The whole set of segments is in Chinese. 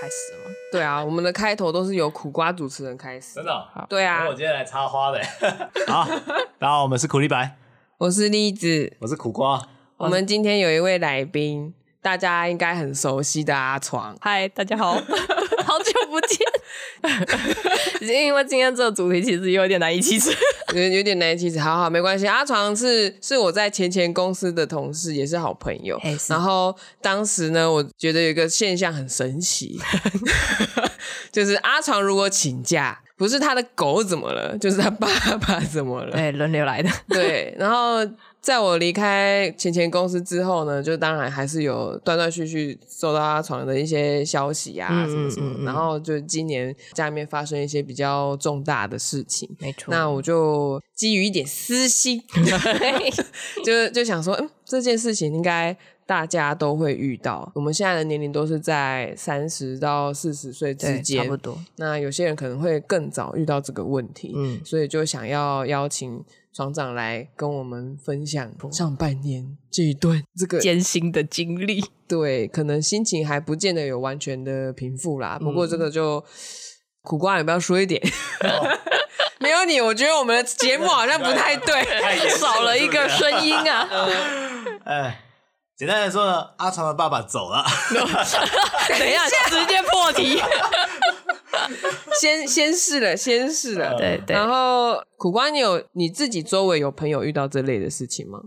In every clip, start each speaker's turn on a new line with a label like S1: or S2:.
S1: 开始了吗？
S2: 对啊，我们的开头都是由苦瓜主持人开始
S3: 真。的哦、
S2: 对
S3: 因
S2: 啊
S3: 为，我今天来插花的。
S4: 好，大家好，我们是苦力白，
S2: 我是栗子。
S4: 我是苦瓜，
S2: 我们今天有一位来宾，大家应该很熟悉的阿床。
S1: 嗨，大家好， 好久不见。因为今天这个主题其实有点难以启齿。
S2: 有有点难启齿，好好没关系。阿床是是我在前前公司的同事，也是好朋友
S1: 哎。是
S2: 然后当时呢，我觉得有一个现象很神奇，就是阿床如果请假，不是他的狗怎么了，就是他爸爸怎么了。
S1: 对，轮流来的。
S2: 对，然后在我离开前前公司之后呢，就当然还是有断断续续收到阿床的一些消息啊，
S1: 嗯
S2: 什么什
S1: 嗯
S2: 么
S1: 嗯嗯
S2: 的。然后就今年家里面发生一些比较重大的事情。
S1: 没错
S2: 那我就基于一点 私心，就就想说，嗯，这件事情应该大家都会遇到。我们现在的年龄都是在三十到四十岁之
S1: 对，差
S2: 间
S1: 不，多。
S2: 那有些人可能会更早遇到这个问题，
S1: 嗯，
S2: 所以就想要邀请船长来跟我们分享上半年这一段这个
S1: 艰辛的经历。
S2: 对，可能心情还不见得有完全的平复啦。不过这个就、苦瓜，你不要说一点。 没有你，我觉得我们的节目好像不太对，
S3: 太严肃了
S1: 少了一个声音啊！
S4: 哎，简单来说呢，阿长的爸爸走了，
S1: 等一下，直接破题。
S2: 先先试了，先试了。
S4: 呃
S1: 对对，
S2: 然后苦瓜，你有你自己周围有朋友遇到这类的事情吗？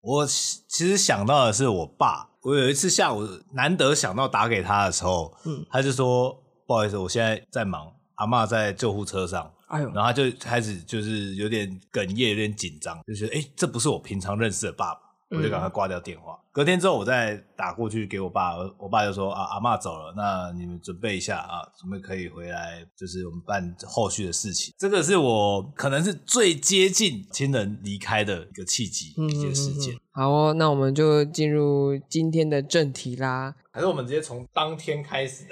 S4: 我其其实想到的是我爸，我有一次下午难得想到打给他的时候，
S1: 嗯
S4: 他就说不好意思，我现在在忙，阿嬷在救护车上。
S2: 哎呦
S4: 然，后他就开始就是有点哽咽，有点紧张，就觉得哎，诶这不是我平常认识的爸爸，
S1: 嗯
S4: 我就赶快挂掉电话。隔天之后，我再打过去给我爸，我我爸就说啊，阿嬷走了，那你们准备一下啊，准备可以回来，就是我们办后续的事情。这个是我可能是最接近亲人离开的一个契机，
S1: 嗯
S4: 一件事件。
S2: 好哦，那我们就进入今天的正题啦。
S3: 还是我们直接从当天开 始？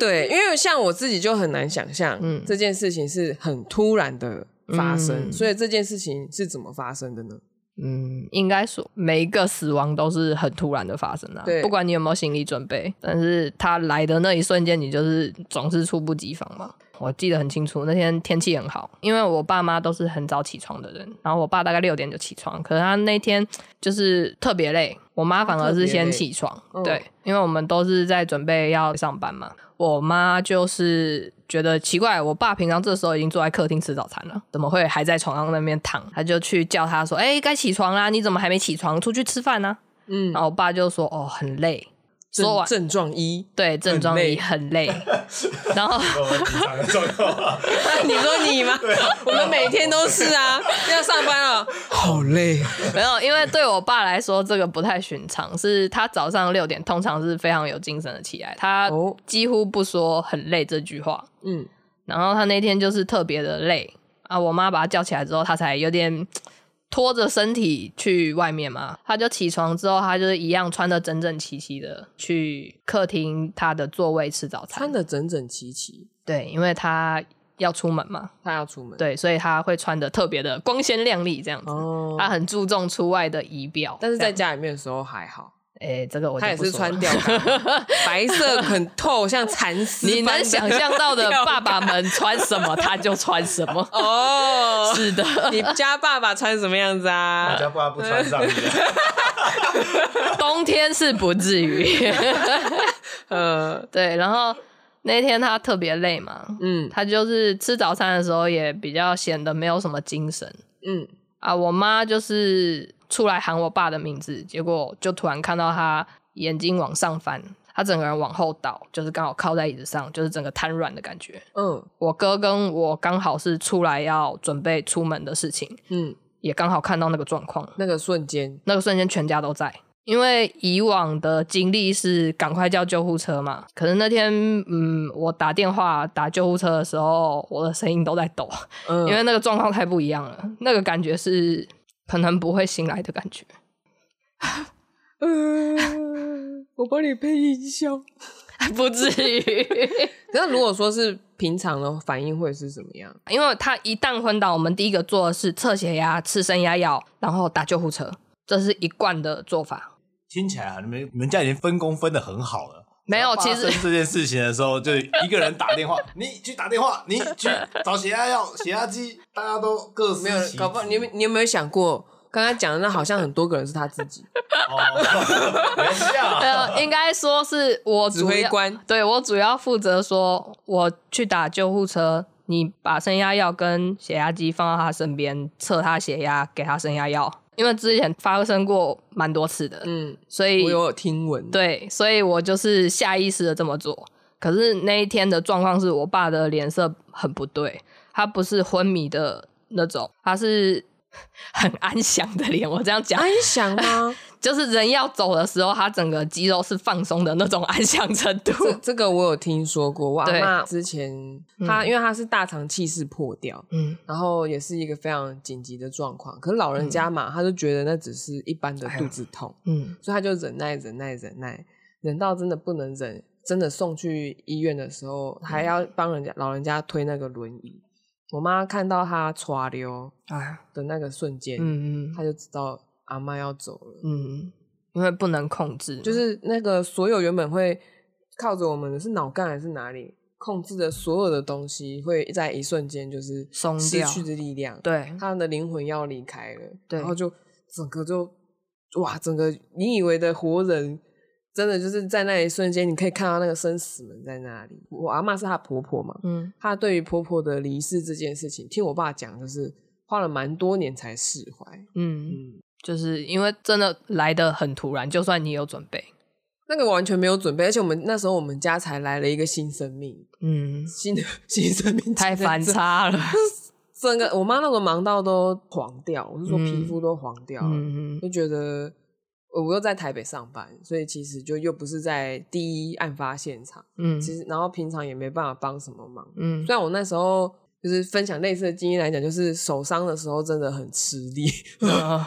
S2: 对，因为像我自己就很难想象，
S1: 嗯
S2: 这件事情是很突然的发生，
S1: 嗯
S2: 所以这件事情是怎么发生的呢？
S1: 嗯，应该说每一个死亡都是很突然的发生的、啊
S2: 对
S1: 不管你有没有心理准备，但是他来的那一瞬间，你就是总是猝不及防嘛。我记得很清楚，那天天气很好，因为我爸妈都是很早起床的人，然后我爸大概六点就起床，可是他那天就是特别累，我妈反而是先起床，
S2: 特别累
S1: 对，因为我们都是在准备要上班嘛。我妈就是觉得奇怪，我爸平常这时候已经坐在客厅吃早餐了，怎么会还在床上那边躺？她就去叫他说：“哎、该起床啦，你怎么还没起床？出去吃饭呢、
S2: 嗯
S1: 然，后我爸就说：“哦，很累。”说
S2: 症
S1: 完
S2: 症状一，
S1: 对症状
S2: 累
S1: 也很 累，然后
S3: 我们平常的状
S1: 啊
S3: 况。
S2: 你说你吗？ 我们每天都是啊，要上班了，好累。
S1: 没有，因为对我爸来说，这个不太寻常。是他早上六点通常是非常有精神的起来，他
S2: 哦
S1: 几乎不说很累这句话。
S2: 嗯，
S1: 然后他那天就是特别的累啊，我妈把他叫起来之后，他才有点拖着身体去外面嘛。他就起床之后，他就是一样穿的整整齐齐的去客厅他的座位吃早餐。
S2: 穿的整整齐齐，
S1: 对，因为他要出门嘛，
S2: 他要出门。，
S1: 对，所以他会穿的特别的光鲜亮丽这样子。
S2: 哦，
S1: 他很注重出外的仪表，
S2: 但是在
S1: 啊这样
S2: 家里面的时候还好，
S1: 哎、这个我就
S2: 他也
S1: 不
S2: 是
S1: 说
S2: 穿
S1: 了
S2: 吊带，白色很透，像蚕丝
S1: 你
S2: 般
S1: 能
S2: 的
S1: 想象到的
S2: 吊带。
S1: 爸爸们穿什么，他就穿什么
S2: 哦，
S1: 是的，
S2: 你家爸爸穿什么样子
S3: 大
S2: 啊？
S3: 家不然不穿上衣的，
S1: 冬天是不至于。
S2: 呃，
S1: 对，然后那天他特别累嘛，
S2: 嗯
S1: 他就是吃早餐的时候也比较显得没有什么精神
S2: 嗯，
S1: 啊。我妈就是出来喊我爸的名字，结果就突然看到他眼睛往上翻，他整个人往后倒，就是刚好靠在椅子上，就是整个瘫软的感觉。
S2: 嗯
S1: 我哥跟我刚好是出来要准备出门的事情，
S2: 嗯，
S1: 也刚好看到那个状况，
S2: 那个瞬间，
S1: 那个瞬间全家都在。因为以往的经历是赶快叫救护车嘛，可是那天嗯，我打电话打救护车的时候，我的声音都在抖，
S2: 嗯，
S1: 因为那个状况太不一样了，那个感觉是可能不会醒来的感 觉。
S2: 呃， 我帮你配音效。
S1: 不至于，
S2: 那如果说是平常的反应会是怎么样？
S1: 因为他一旦昏倒，我们第一个做的是测血压、吃升压药，然后打救护车，这是一贯的做法。
S4: 听起来啊，你们你们家已经分工分的很好了，
S1: 没有，其
S4: 发
S1: 实
S4: 生这件事情的时候，就一个人打 电话，你去打电话，你去找血压药、血压机，大家都各司
S2: 没有
S4: 其，职
S2: 搞不好你有
S3: 哦
S2: 没有你有没有想过，刚刚讲的那好像很多个人是他自己，
S4: 哦，没事 啊，
S1: 呃，
S3: 哎
S1: 应该说是我
S2: 指
S1: 主
S2: 挥
S1: 要
S2: 官
S1: 对我主要负责说，我去打救护车，你把升压药跟血压机放到他身边，测他血压，给他升压药。因为之前发生过蛮多次的，
S2: 嗯，
S1: 所
S2: 我
S1: 以
S2: 有听闻，，
S1: 对，所以我就是下意识的这么做。可是那一天的状况是我爸的脸色很不对，他不是昏迷的那种，他是很安详的脸。我这样讲，
S2: 安详 吗？
S1: 就是人要走的时候，他整个肌肉是放松的那种安详程度。
S2: 这这个我有听说过，我阿
S1: 对
S2: 妈之前她因为她是大肠气室破掉，
S1: 嗯，
S2: 然后也是一个非常紧急的状况，可是老人家嘛，她就觉得那只是一般
S1: 哎
S2: 的肚子痛，
S1: 嗯，
S2: 所以她就忍耐忍耐忍耐，忍到真的不能忍，真的送去医院的时候，还
S1: 嗯
S2: 要帮人家老人家推那个轮椅。我妈看到她歘溜
S1: 哎，
S2: 的那个瞬间，
S1: 嗯嗯
S2: 她就知道阿妈要走了。
S1: 嗯，因为不能控制嘛，
S2: 就是那个所有原本会靠着我们的是脑干还是哪里控制的所有的东西，会在一瞬间就是
S1: 松
S2: 失
S1: 掉
S2: 去的力量，，
S1: 对，
S2: 他的灵魂要离开了，
S1: 对
S2: 然后就整个就哇，整个你以为的活人。真的就是在那一瞬间，你可以看到那个生死门在那里。我阿嬷是她婆婆嘛，
S1: 嗯
S2: 她对于婆婆的离世这件事情，听我爸讲，就是花了蛮多年才释怀。
S1: 嗯，
S2: 嗯，
S1: 就是因为真的来的很突然，就算你有准备，
S2: 那个完全没有准备，而且我们那时候我们家才来了一个新生命，
S1: 嗯，
S2: 新的新生命
S1: 太反
S2: 真的
S1: 差 了，
S2: 是，整个我妈那个忙到都黄掉，我是说
S1: 嗯
S2: 皮肤都黄掉了，
S1: 嗯嗯
S2: 就觉得呃我又在台北上班，所以其实就又不是在第一案发现场，
S1: 嗯
S2: 其实然后平常也没办法帮什么忙。
S1: 嗯，
S2: 虽然我那时候就是分享类似的经验来讲，就是手伤的时候真的很吃力，
S1: 嗯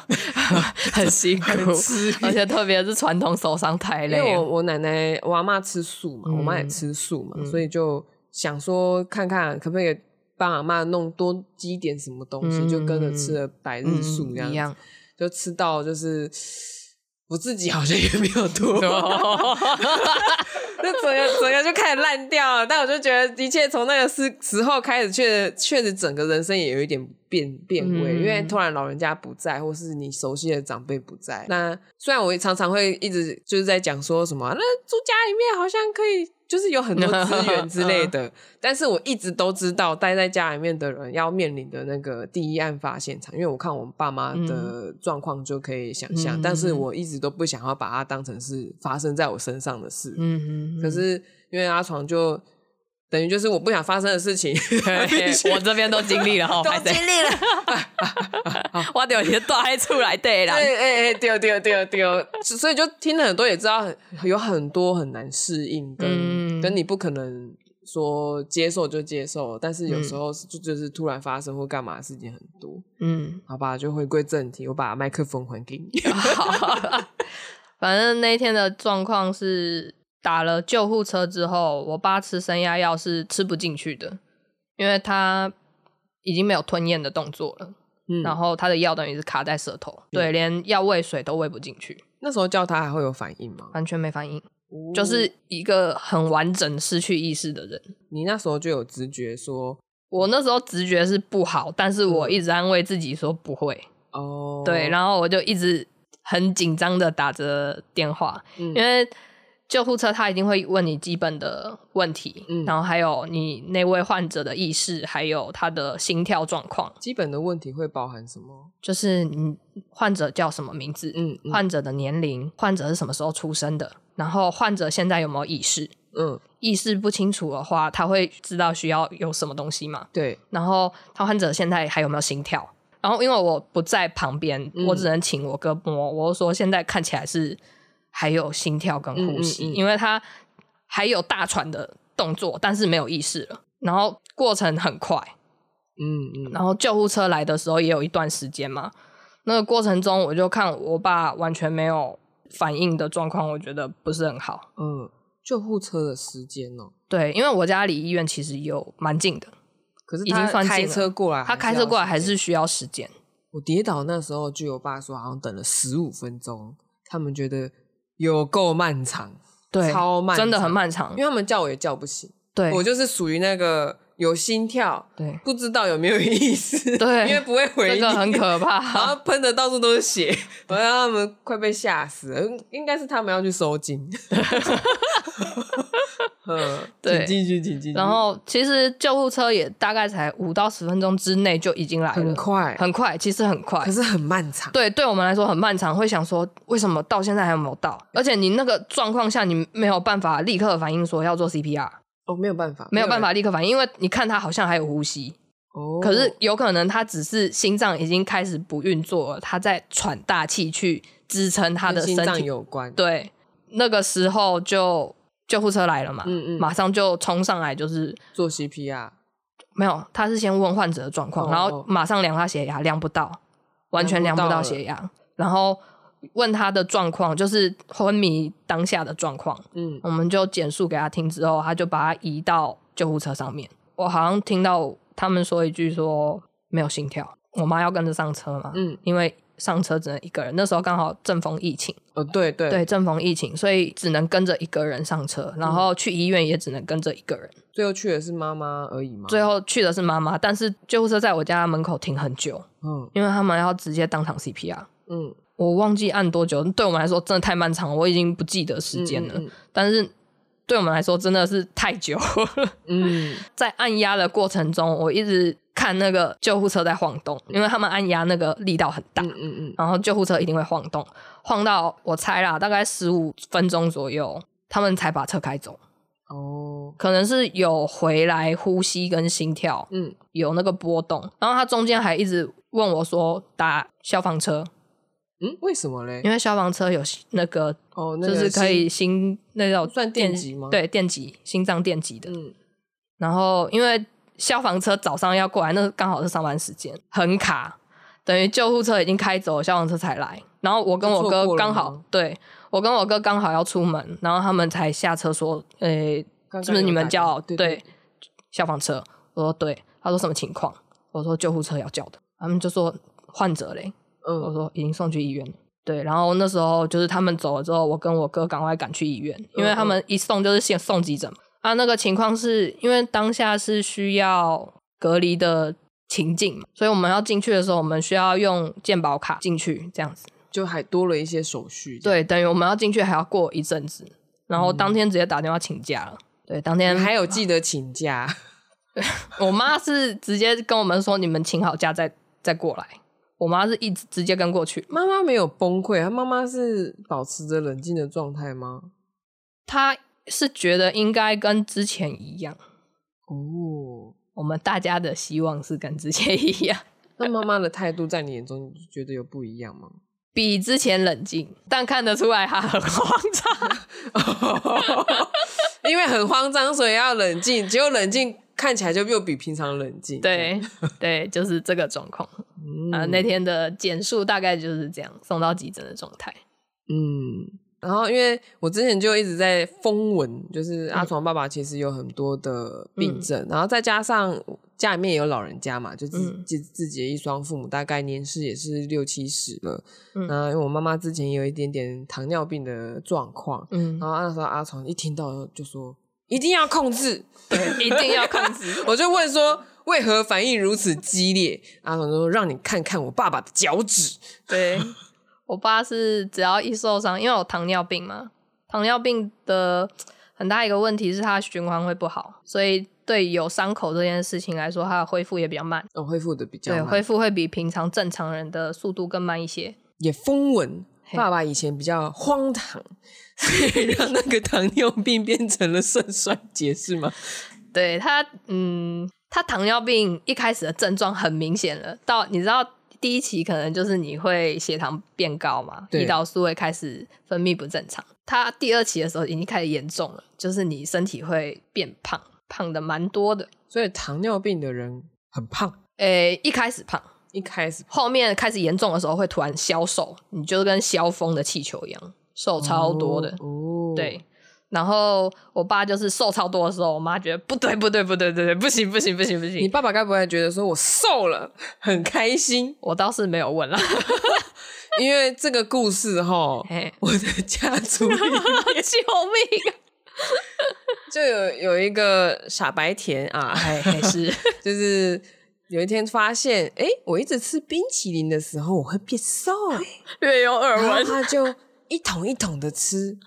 S1: 很辛苦， 而且特别是传统手伤太
S2: 因
S1: 累啊
S2: 为
S1: 了，
S2: 我我奶奶我阿妈吃素嘛，
S1: 嗯
S2: 我妈也吃素嘛，
S1: 嗯
S2: 所以就想说看看可不可以帮阿妈弄多积点什么东西，
S1: 嗯
S2: 就跟着吃了百日素这
S1: 嗯
S2: 样子，
S1: 一样，
S2: 就吃到就是我自己好像也没有多，就整个整个就开始烂掉了。但我就觉得一切从那个时时候开始，确确实整个人生也有一点变变味，
S1: 嗯
S2: 因为突然老人家不在，或是你熟悉的长辈不在。那虽然我也常常会一直就是在讲说什么，那住家里面好像可以。就是有很多资源之类的，但是我一直都知道待在家里面的人要面临的那个第一案发现场，因为我看我爸妈的状况就可以想象，
S1: 嗯
S2: 但是我一直都不想要把它当成是发生在我身上的事。
S1: 嗯嗯，
S2: 可是因为阿床就等于就是我不想发生的事 情，必须
S1: 对哎我这边都经历了哈，
S2: 都
S1: 拍谁
S2: 经历了。
S1: 我就有大海出来对啦
S2: 对，。 哎哎，丢丢丢丢，所以就听了很多，也知道很有很多很难适应，跟、
S1: 嗯
S2: 跟你不可能说接受就接受，但是有时候是就就是突然发生或干嘛的事情很多。
S1: 嗯，
S2: 好吧，就回归正题，我把麦克风还给你。
S1: 好。 反正那一天的状况是，打了救护车之后，我爸吃升压药是吃不进去的，因为他已经没有吞咽的动作了，
S2: 嗯，
S1: 然后他的药等于是卡在舌头，对，连要喂水都喂不进去，
S2: 那时候叫他还会有反应吗？
S1: 完全没反应，就是一个很完整失去意识的人。
S2: 你那时候就有直觉说，
S1: 我那时候直觉是不好，但是我一直安慰自己说不会，
S2: 哦，
S1: 对，
S2: 后
S1: 然后我就一直很紧张的打着电话，
S2: 嗯
S1: 因为救护车他一定会问你基本的问题，
S2: 嗯
S1: 然后还有你那位患者的意识，还有他的心跳状况，
S2: 基本的问题会包含什么？
S1: 就是你患者叫什么名字，
S2: 嗯嗯
S1: 患者的年龄，患者是什么时候出生的，然后患者现在有没有意识。
S2: 嗯，
S1: 意识不清楚的话，他会知道需要有什么东西吗？
S2: 对，
S1: 然后他患者现在还有没有心跳？然后因为我不在旁边，
S2: 嗯
S1: 我只能请我哥摸。我就说现在看起来是还有心跳跟呼吸，
S2: 嗯嗯嗯
S1: 因为他还有大喘的动作，但是没有意识了。然后过程很快，
S2: 嗯嗯，
S1: 然后救护车来的时候也有一段时间嘛。那个过程中，我就看我爸完全没有反应的状况，我觉得不是很好。
S2: 嗯，救护车的时间哦、
S1: 对，因为我家离医院其实有蛮近的，
S2: 可是
S1: 已
S2: 他
S1: 经算近
S2: 开
S1: 了
S2: 车过来，
S1: 他开车过来啊还是需要时间。
S2: 我跌倒那时候，据我爸说，好像等了十五分钟，他们觉得有够漫长。
S1: 对，
S2: 超慢，
S1: 真的很，漫长
S2: 因。为他们叫我也叫不醒，
S1: 对，
S2: 我就是属于那个有心跳，
S1: 对
S2: 不知道有没有意思，
S1: 对
S2: 因为不会回
S1: 这
S2: 应，
S1: 个很可
S2: 然
S1: 怕。
S2: 后喷的到处都是血， 然后他们快被吓死了，应应该是他们要去收金。 嗯，
S1: 对
S2: 请进去，请进去。
S1: 然后其实救护车也大概才五到十分钟之内就已经来了，
S2: 很，快，
S1: 很快，其实很快
S2: 可。是很漫长。
S1: 对，对我们来说很漫长，会想说为什么到现在还没有到？而且你那个状况下，你没有办法立刻反应说要做 CPR，
S2: 哦，没有办法，
S1: 没有办
S2: 人。
S1: 法立刻反应，因为你看他好像还有呼吸，
S2: 哦，
S1: 可是有可能他只是心脏已经开始不运作了，他在喘大气去支撑他的
S2: 跟心
S1: 身
S2: 脏
S1: 体。
S2: 有关。
S1: 对，那个时候就救护车来了嘛，
S2: 嗯嗯
S1: 啊马上就冲上来，就是
S2: 做 CPR，
S1: 没有，他是先问患者的状况，
S2: 哦
S1: 然后马上量他血压，量不到，完全量
S2: 量不
S1: 不
S2: 到
S1: 到血压，然后问他的状况，就是昏迷当下的状况，
S2: 嗯，
S1: 我们就简述给他听之后，他就把他移到救护车上面。我好像听到他们说一句说没有心跳，我妈要跟着上车嘛，
S2: 嗯，
S1: 因为上车只能一个人，那时候刚好正逢疫情，
S2: 哦，对对，
S1: 对，正逢疫情，所以只能跟着一个人上车，然后去医院也只能跟着一个人。
S2: 最后去的是妈妈而已嘛。
S1: 最后去的是妈妈，但是救护车在我家门口停很久，
S2: 嗯
S1: 因为他们要直接当场 CPR。
S2: 嗯，
S1: 我忘记按多久，对我们来说真的太漫长了，我已经不记得时间了。
S2: 嗯
S1: 但是对我们来说真的是太久了。
S2: 嗯，嗯
S1: 在按压的过程中，我一直看那个救护车在晃动，因为他们按压那个力道很大，
S2: 嗯嗯嗯，
S1: 然后救护车一定会晃动，晃到我猜啦，大概十五分钟左右，他们才把车开走。
S2: 哦，
S1: 可能是有回来呼吸跟心跳，
S2: 嗯，
S1: 有那个波动，然后他中间还一直问我说打消防车，
S2: 嗯，为什么嘞？
S1: 因为消防车有那个
S2: 哦，那
S1: 就
S2: 个
S1: 是可以
S2: 心，
S1: 心那种
S2: 算电击吗
S1: 对，电击心脏电击的。
S2: 嗯，
S1: 然后因为消防车早上要过来，那刚好是上班时间，很卡，等于救护车已经开走了，消防车才来。然后我跟我
S2: 就错
S1: 哥
S2: 过了
S1: 刚
S2: 吗
S1: 好对我跟我哥刚好要出门，然后他们才下车说，呃诶、
S2: 刚刚
S1: 是不是你们
S2: 有
S1: 叫
S2: 打电对
S1: 对消防车？我说对。他说什么情况？我说救护车要叫的。他们就说患者嘞。我
S2: 嗯
S1: 说已经送去医院了。对，然后那时候就是他们走了之后，我跟我哥赶快赶去医院，因
S2: 嗯
S1: 为他们一送就是先送急诊嘛。啊，那个情况是因为当下是需要隔离的情境嘛，所以我们要进去的时候，我们需要用健保卡进去，这样子。
S2: 就还多了一些手续，，
S1: 对，等于我们要进去还要过一阵子，然后当天直接打电话请假了。对，当天
S2: 嗯
S1: 啊
S2: 还有记得请假，
S1: 我妈是直接跟我们说，你们请好假再再过来。我妈是一直直接跟过去，
S2: 妈妈没有崩溃，她妈妈是保持着冷静的状态吗？
S1: 她是觉得应该跟之前一样。
S2: 哦，
S1: 我们大家的希望是跟之前一样，
S2: 那妈妈的态度在你眼中，你觉得有不一样吗？
S1: 比之前冷静，但看得出来他很慌张。
S2: 因为很慌张，所以要冷静，结果冷静看起来就又比平常冷静。
S1: 对对，就是这个状况
S2: 嗯
S1: 啊。那天的简述大概就是这样，送到急诊的状态。
S2: 嗯，然后因为我之前就一直在风闻，就是
S1: 嗯
S2: 阿床爸爸其实有很多的病症，然后再加上家里面有老人家嘛，就自
S1: 嗯
S2: 自、自己的一双父母，大概年事也是六七十了。
S1: 嗯
S2: 那因为我妈妈之前有一点点糖尿病的状况，
S1: 嗯
S2: 然，后那时候阿床一听到就说一定要控制，
S1: 对，一定要控制。
S2: 我就问说。为何反应如此激烈？阿床说：“让你看看我爸爸的脚趾。
S1: 对我爸是只要一受伤，因为我糖尿病嘛，糖尿病的很大一个问题是他循环会不好，所以对有伤口这件事情来说，他的恢复也比较慢。
S2: 哦”恢复的比较
S1: 对，
S2: 慢
S1: 恢复会比平常正常人的速度更慢一些。
S2: 也风闻，
S1: 嘿
S2: 爸爸以前比较荒唐， 所以让那个糖尿病变成了肾衰竭，是吗？
S1: 对他，嗯，他糖尿病一开始的症状很明显了，到你知道第一期可能就是你会血糖变高嘛，
S2: 对
S1: 胰岛素会开始分泌不正常。他第二期的时候已经开始严重了，就是你身体会变胖，胖的蛮多的。
S2: 所以糖尿病的人很胖，
S1: 诶，一开始胖，
S2: 一开始
S1: 后面开始严重的时候会突然消瘦，你就跟消风的气球一样，瘦超多的。
S2: 哦，哦
S1: 对，，然后我爸就是瘦超多的时候，我妈觉得不对不对不对不对，不行不行不行不
S2: 你
S1: 行，
S2: 爸爸该不会觉得说我瘦了很开心？
S1: 我倒是没有问了。
S2: 因为这个故事哈，
S1: 嘿
S2: 我的家族 里
S1: 救命、啊！
S2: 就有有一个傻白甜啊，
S1: 哎，嘿 是
S2: 就是有一天发现，哎、我一直吃冰淇淋的时候，我会变瘦，
S1: 略有耳
S2: 然后。他就一桶一桶的吃，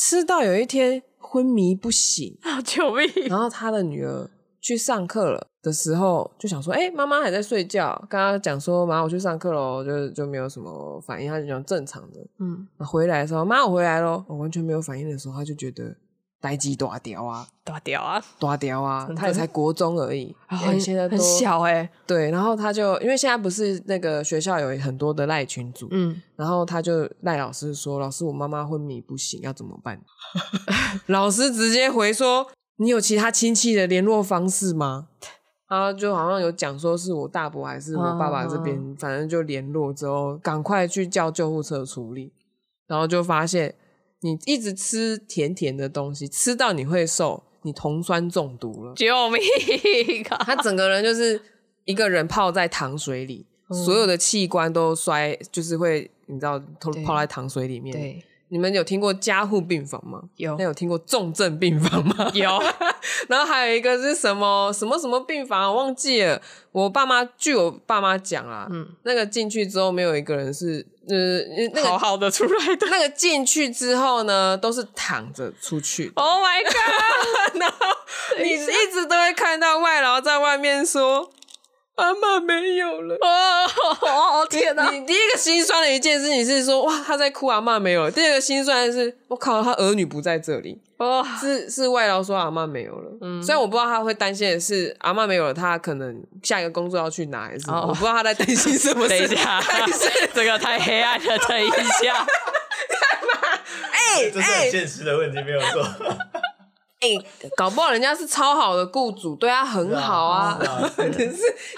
S2: 吃到有一天昏迷不醒，
S1: 救命！
S2: 然后他的女儿去上课了的时候，就想说：“哎、妈妈还在睡觉。”跟他讲说：“妈，我去上课喽。”就就没有什么反应，他就讲正常的。
S1: 嗯，
S2: 那回来的时候，妈，我回来喽，我完全没有反应的时候，他就觉得呆鸡大屌啊，
S1: 大屌啊，
S2: 大屌啊
S1: 真，的啊
S2: 他也才国中而已，哎
S1: 很
S2: 现在都
S1: 很小哎、
S2: 对。然后他就因为现在不是那个学校有很多的赖群组，
S1: 嗯，
S2: 然后他就赖老师说：“老师，我妈妈昏迷不醒，要怎么办？” 老师直接回说：“你有其他亲戚的联络方式吗？”他就好像有讲说是我大伯还是我爸爸这边，反正就联络之后，赶快去叫救护车处理。然后就发现你一直吃甜甜的东西，吃到你会瘦，你酮酸中毒了。
S1: 救命啊！
S2: 他整个人就是一个人泡在糖水里，
S1: 嗯
S2: 所有的器官都摔，就是会你知道，都
S1: 对
S2: 泡在糖水里 面。
S1: 对，
S2: 你们有听过加护病房吗？
S1: 有
S2: 那有听过重症病房吗？
S1: 有，
S2: 然后还有一个是什么什么什么病房啊，我忘记了。我爸妈据我爸妈讲啦，
S1: 嗯，
S2: 那个进去之后没有一个人是，呃，那
S1: 好
S2: 个
S1: 好的出来的。
S2: 那个进去之后呢，都是躺着出去的
S1: Oh my god！
S2: 你一直都会看到外劳在外面说：“妈妈没有了。
S1: 哦，天哪！
S2: 你第一个心酸的一件事情是说，哇，他在哭，阿妈没有了；第二个心酸的是，我靠，他儿女不在这 里，
S1: 哦，
S2: 是是外劳说阿妈没有了。
S1: 嗯
S2: 虽然我不知道他会担心的是阿妈没有了，他可能下一个工作要去哪，还是什么
S1: 哦
S2: 我不知道他在担心什 么
S1: 等一
S2: 事。
S1: 下，啊 这个太黑暗了，等一下。
S2: 哎
S3: 这是很现实的问题，没有 错。
S2: 搞不好人家是超好的雇主，对他很好啊。
S3: 是 啊，是啊
S2: 可是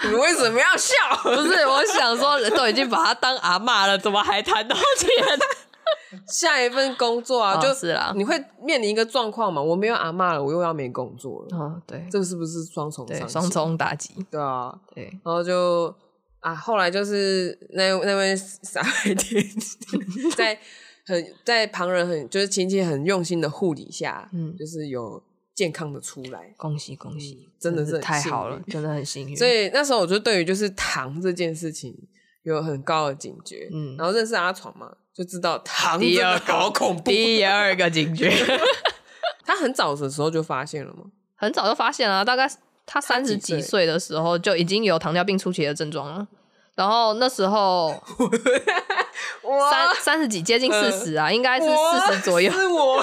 S2: 你们为什么要笑？
S1: 不是，我想说，人都已经把他当阿嬷了，怎么还谈到钱？
S2: 下一份工作 啊，
S1: 哦
S2: 就是
S1: 啦
S2: 你会面临一个状况嘛？我没有阿嬷了，我又要没工作了，
S1: 哦，对
S2: 这个是不是双重
S1: 对
S2: 伤，
S1: 双
S2: 心
S1: 重打击，
S2: 对啊，
S1: 对，
S2: 然后就啊，后来就是那那位傻白甜在很在旁人很就是亲戚很用心的护理下，
S1: 嗯
S2: 就是有健康的出来。
S1: 恭喜恭喜，
S2: 嗯真的是
S1: 是
S2: 很
S1: 太
S2: 幸
S1: 好
S2: 运
S1: 了，真的很幸运。
S2: 所以那时候我就对于就是糖这件事情有很高的警觉，
S1: 嗯
S2: 然后认识阿闯嘛，就知道糖真
S1: 第二
S2: 的
S1: 个
S2: 好恐怖。
S1: 第二个警 觉，
S2: 他很早的时候就发现了嘛，
S1: 很早就发现了，大概他三十
S2: 几岁
S1: 几岁的时候就已经有糖尿病初期的症状了。然后那时候三三十几，接近
S2: 嗯
S1: 四十啊，应该是四十左右。
S2: 是我，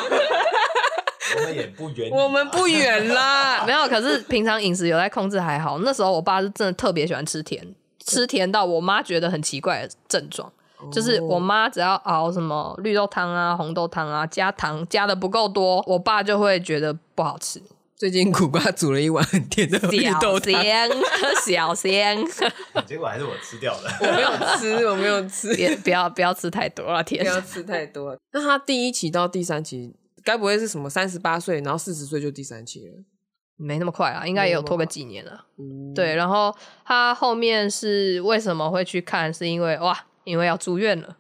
S3: 我们也不远，
S2: 我们不远 啦。
S1: 没有，可是平常饮食有在控制还好。那时候我爸是真的特别喜欢吃甜，吃甜到我妈觉得很奇怪的症状，就是
S2: 哦
S1: 我妈只要熬什么绿豆汤啊、红豆汤啊，加糖加的不够多，我爸就会觉得不好吃。
S2: 最近苦瓜煮了一碗很甜的绿豆
S1: 小
S2: 汤，
S1: 鲜，小鲜，
S3: 哎结果还是我吃掉
S2: 我
S3: 了。
S2: 没有吃，我没有吃，
S1: 别不要不要吃太多了，
S2: 不
S1: 甜。
S2: 要吃太多。那他第一期到第三期，该不会是什么三十八岁，然后四十岁就第三期了？
S1: 没那么快啊，应该也有拖个几年了。
S2: 嗯，
S1: 对，然后他后面是为什么会去看？是因为哇，因为要住院了。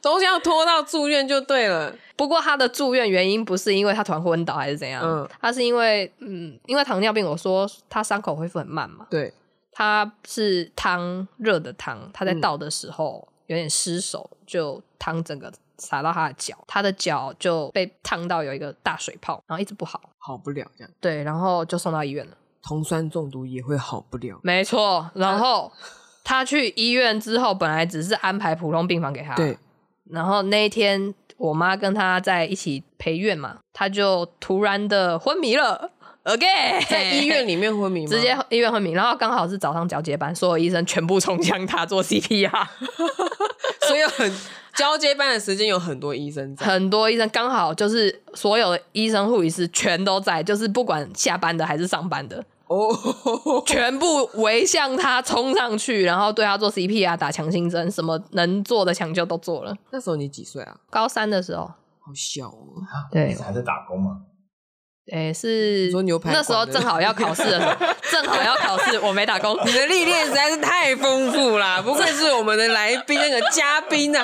S2: 都要拖到住院就对了。
S1: 不过他的住院原因不是因为他突然昏倒还是怎样，
S2: 嗯
S1: 他是因为嗯，因为糖尿病，我说他伤口恢复很慢嘛，
S2: 对，
S1: 他是汤热的汤，他在
S2: 嗯
S1: 倒的时候、有点失手，就汤整个洒到他的脚，他的脚就被烫到有一个大水泡，然后一直不好，
S2: 好不了这样，
S1: 对，然后就送到医院了。
S2: 酮酸中毒也会好不了。
S1: 没错，然后他去医院之后，本来只是安排普通病房给他，
S2: 对，
S1: 然后那一天，我妈跟他在一起陪院嘛，他就突然的昏迷了，again，
S2: 在医院里面昏迷 吗？
S1: 直接医院昏迷，然后刚好是早上交接班，所有医生全部冲向他做 CPR，
S2: 所以很交接班的时间有很多医生在。
S1: 很多医生刚好就是所有的医生护理师全都在，就是不管下班的还是上班 的，
S2: 哦，
S1: 全部围向他冲上去，然后对他做 CPR 打强心针，什么能做的抢救都做了。
S2: 那时候你几岁啊？
S1: 高三的时候，
S2: 好小哦，
S1: 对
S3: 你还在打工吗？
S1: 诶、是
S2: 你说牛排
S1: 那时候
S2: 馆的
S1: 正好要考试的时 候，正好要考试，我没打工。
S2: 你的历练实在是太丰富啦，不愧是我们的来宾那个嘉宾啊，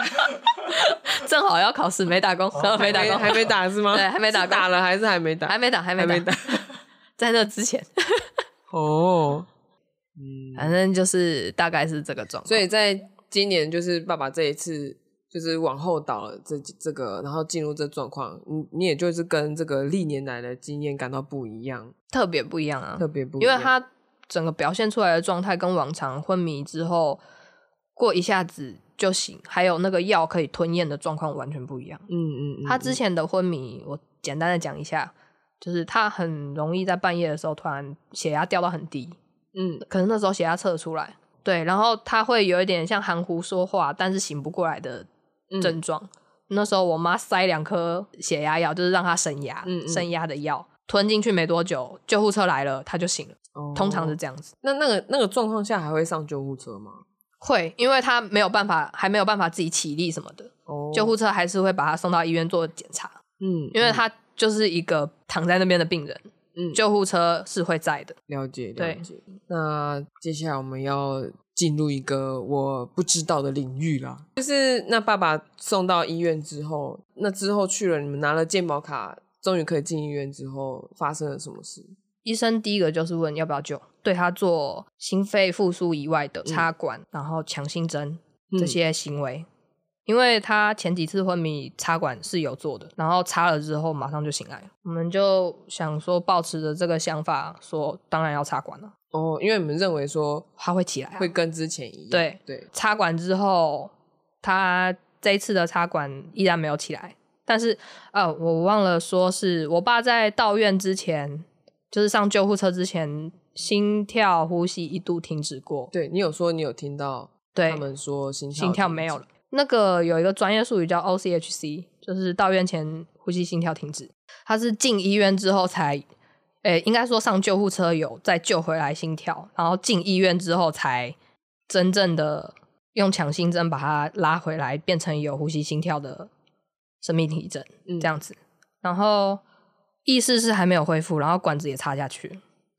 S1: 正好要考试，没打工，然后 没打工，
S2: 哦还没打是 吗？
S1: 对还没打
S2: 是打了还是还没打？
S1: 还没打，还
S2: 还没
S1: 没打， 在那之前，
S2: 哦，
S1: 反正就是大概是这个状况。
S2: 所以在今年就是爸爸这一次就是往后倒了这这个，然后进入这状况，你你也就是跟这个历年来的经验感到不一样，
S1: 特别不一样啊，
S2: 特别不一
S1: 因
S2: 样，
S1: 为他整个表现出来的状态跟往常昏迷之后过一下子就醒，还有那个药可以吞咽的状况完全不一样。
S2: 嗯嗯，嗯
S1: 他之前的昏迷，我简单的讲一下，就是他很容易在半夜的时候突然血压掉到很低，
S2: 嗯
S1: 可能那时候血压测出来，对，然后他会有一点像含糊说话，但是醒不过来的
S2: 嗯
S1: 症状。那时候我妈塞两颗血压药，就是让他升压，
S2: 嗯嗯
S1: 升压的药吞进去没多久，救护车来了，他就醒了。
S2: 哦
S1: 通常是这样子，
S2: 那那个那个状况下还会上救护车吗？
S1: 会因为他没有办法，还没有办法自己起立什么的，
S2: 哦
S1: 救护车还是会把他送到医院做检查，
S2: 嗯，
S1: 因为他就是一个躺在那边的病人，
S2: 嗯
S1: 救护车是会在的。
S2: 了解了
S1: 对
S2: 解。那接下来我们要进入一个我不知道的领域啦，就是那爸爸送到医院之后，那之后去了，你们拿了健保卡，终于可以进医院之后，发生了什么事？
S1: 医生第一个就是问要不要救，对他做心肺复苏以外的
S2: 嗯
S1: 插管，然后强心针这些行为，因为他前几次昏迷插管是有做的，然后插了之后马上就醒来了，我们就想说保持着这个想法，说当然要插管了，
S2: 哦，因为你们认为说
S1: 他会起来、啊，
S2: 会跟之前一样，
S1: 对
S2: 对，
S1: 插管之后，他这一次的插管依然没有起来。但是，呃，我忘了说是我爸在到院之前，就是上救护车之前，心跳、呼吸一度停止过。
S2: 对你有说你有听到
S1: 对
S2: 他，们说心跳
S1: 心跳没有了。那个有一个专业术语叫 OCHC，就是到院前呼吸心跳停止。他是进医院之后才，呃、应该说上救护车有再救回来心跳，然后进医院之后才真正的用强心针把它拉回来，变成有呼吸心跳的生命体征
S2: 嗯
S1: 这样子。然后意识是还没有恢复，然后管子也插下去了。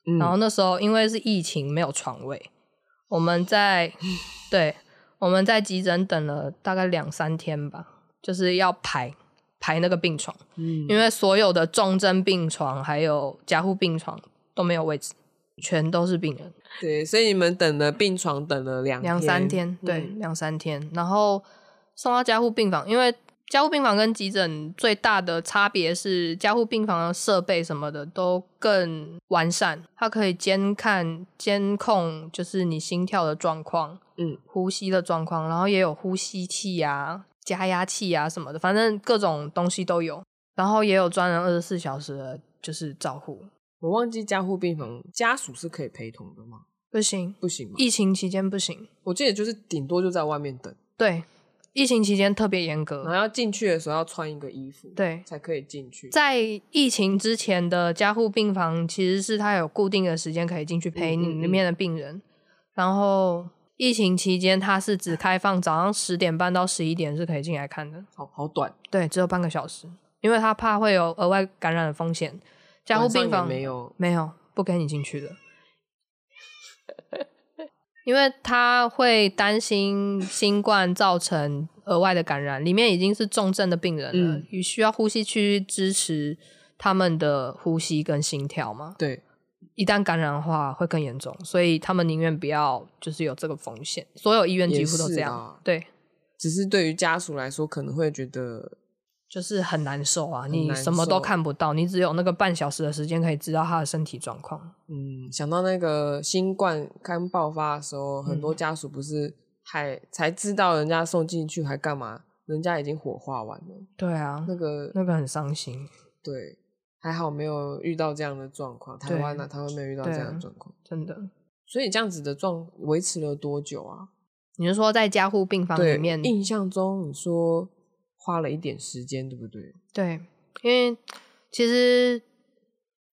S2: 嗯
S1: 然后那时候因为是疫情，没有床位，我们 在对我们在急诊等了大概两三天吧，就是要排排那个病床，
S2: 嗯
S1: 因为所有的重症病床还有加护病床都没有位置，全都是病人。
S2: 对，所以你们等了病床等了两
S1: 两三天，对，
S2: 嗯
S1: 两三天，然后送到加护病房，因为加护病房跟急诊最大的差别是，加护病房的设备什么的都更完善，它可以监看、监控，就是你心跳的状况，
S2: 嗯，
S1: 呼吸的状况，然后也有呼吸器啊、加压器啊什么的，反正各种东西都有，然后也有专人二十四小时的，就是照护，
S2: 我忘记加护病房家属是可以陪同的吗？
S1: 不行，
S2: 不行吗？
S1: 疫情期间不行，
S2: 我记得就是顶多就在外面等，
S1: 对，疫情期间特别严格，
S2: 然后要进去的时候要穿一个衣服，，
S1: 对，
S2: 才可以进去。
S1: 在疫情之前的加护病房，其实是它有固定的时间可以进去陪你
S2: 嗯嗯嗯
S1: 里面的病人。然后疫情期间，它是只开放早上十点半到十一点是可以进来看的，
S2: 好好短，
S1: 对，只有半个小时，因为他怕会有额外感染的风险。加护病
S2: 晚上
S1: 房
S2: 也没有，
S1: 没有，不给你进去的， 因为他会担心新冠造成额外的感染，里面已经是重症的病人了
S2: 嗯，
S1: 也、需要呼吸区支持他们的呼吸跟心跳嘛。
S2: 对，
S1: 一旦感染的话，会更严重，所以他们宁愿不要，就是有这个风险。所有医院几乎都这
S2: 也是
S1: 样，
S2: 啊
S1: 对，
S2: 只是对于家属来说可能会觉得，
S1: 就是很难受啊，
S2: 难
S1: 你什么
S2: 受
S1: 都看不到，你只有那个半小时的时间可以知道他的身体状况。
S2: 嗯，想到那个新冠刚爆发的时候，很多
S1: 嗯
S2: 家属不是还才知道人家送进去还干嘛，人家已经火化完了，
S1: 对啊，
S2: 那个
S1: 那个很伤心，
S2: 对。还好没有遇到这样的状况，台
S1: 对
S2: 湾啊，台湾没有遇到这
S1: 对啊
S2: 样的状况，
S1: 真的。
S2: 所以这样子的状维持了多久啊？
S1: 你是说在加护病房
S2: 对，
S1: 里面？
S2: 印象中你说花了一点时间，对不对？
S1: 对，因为其实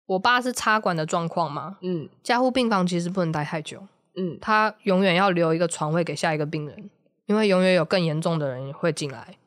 S1: 我爸是插管的状况嘛，
S2: 嗯
S1: 加护病房其实不能待太久，
S2: 嗯
S1: 他永远要留一个床位给下一个病人，因为永远有更严重的人会进来。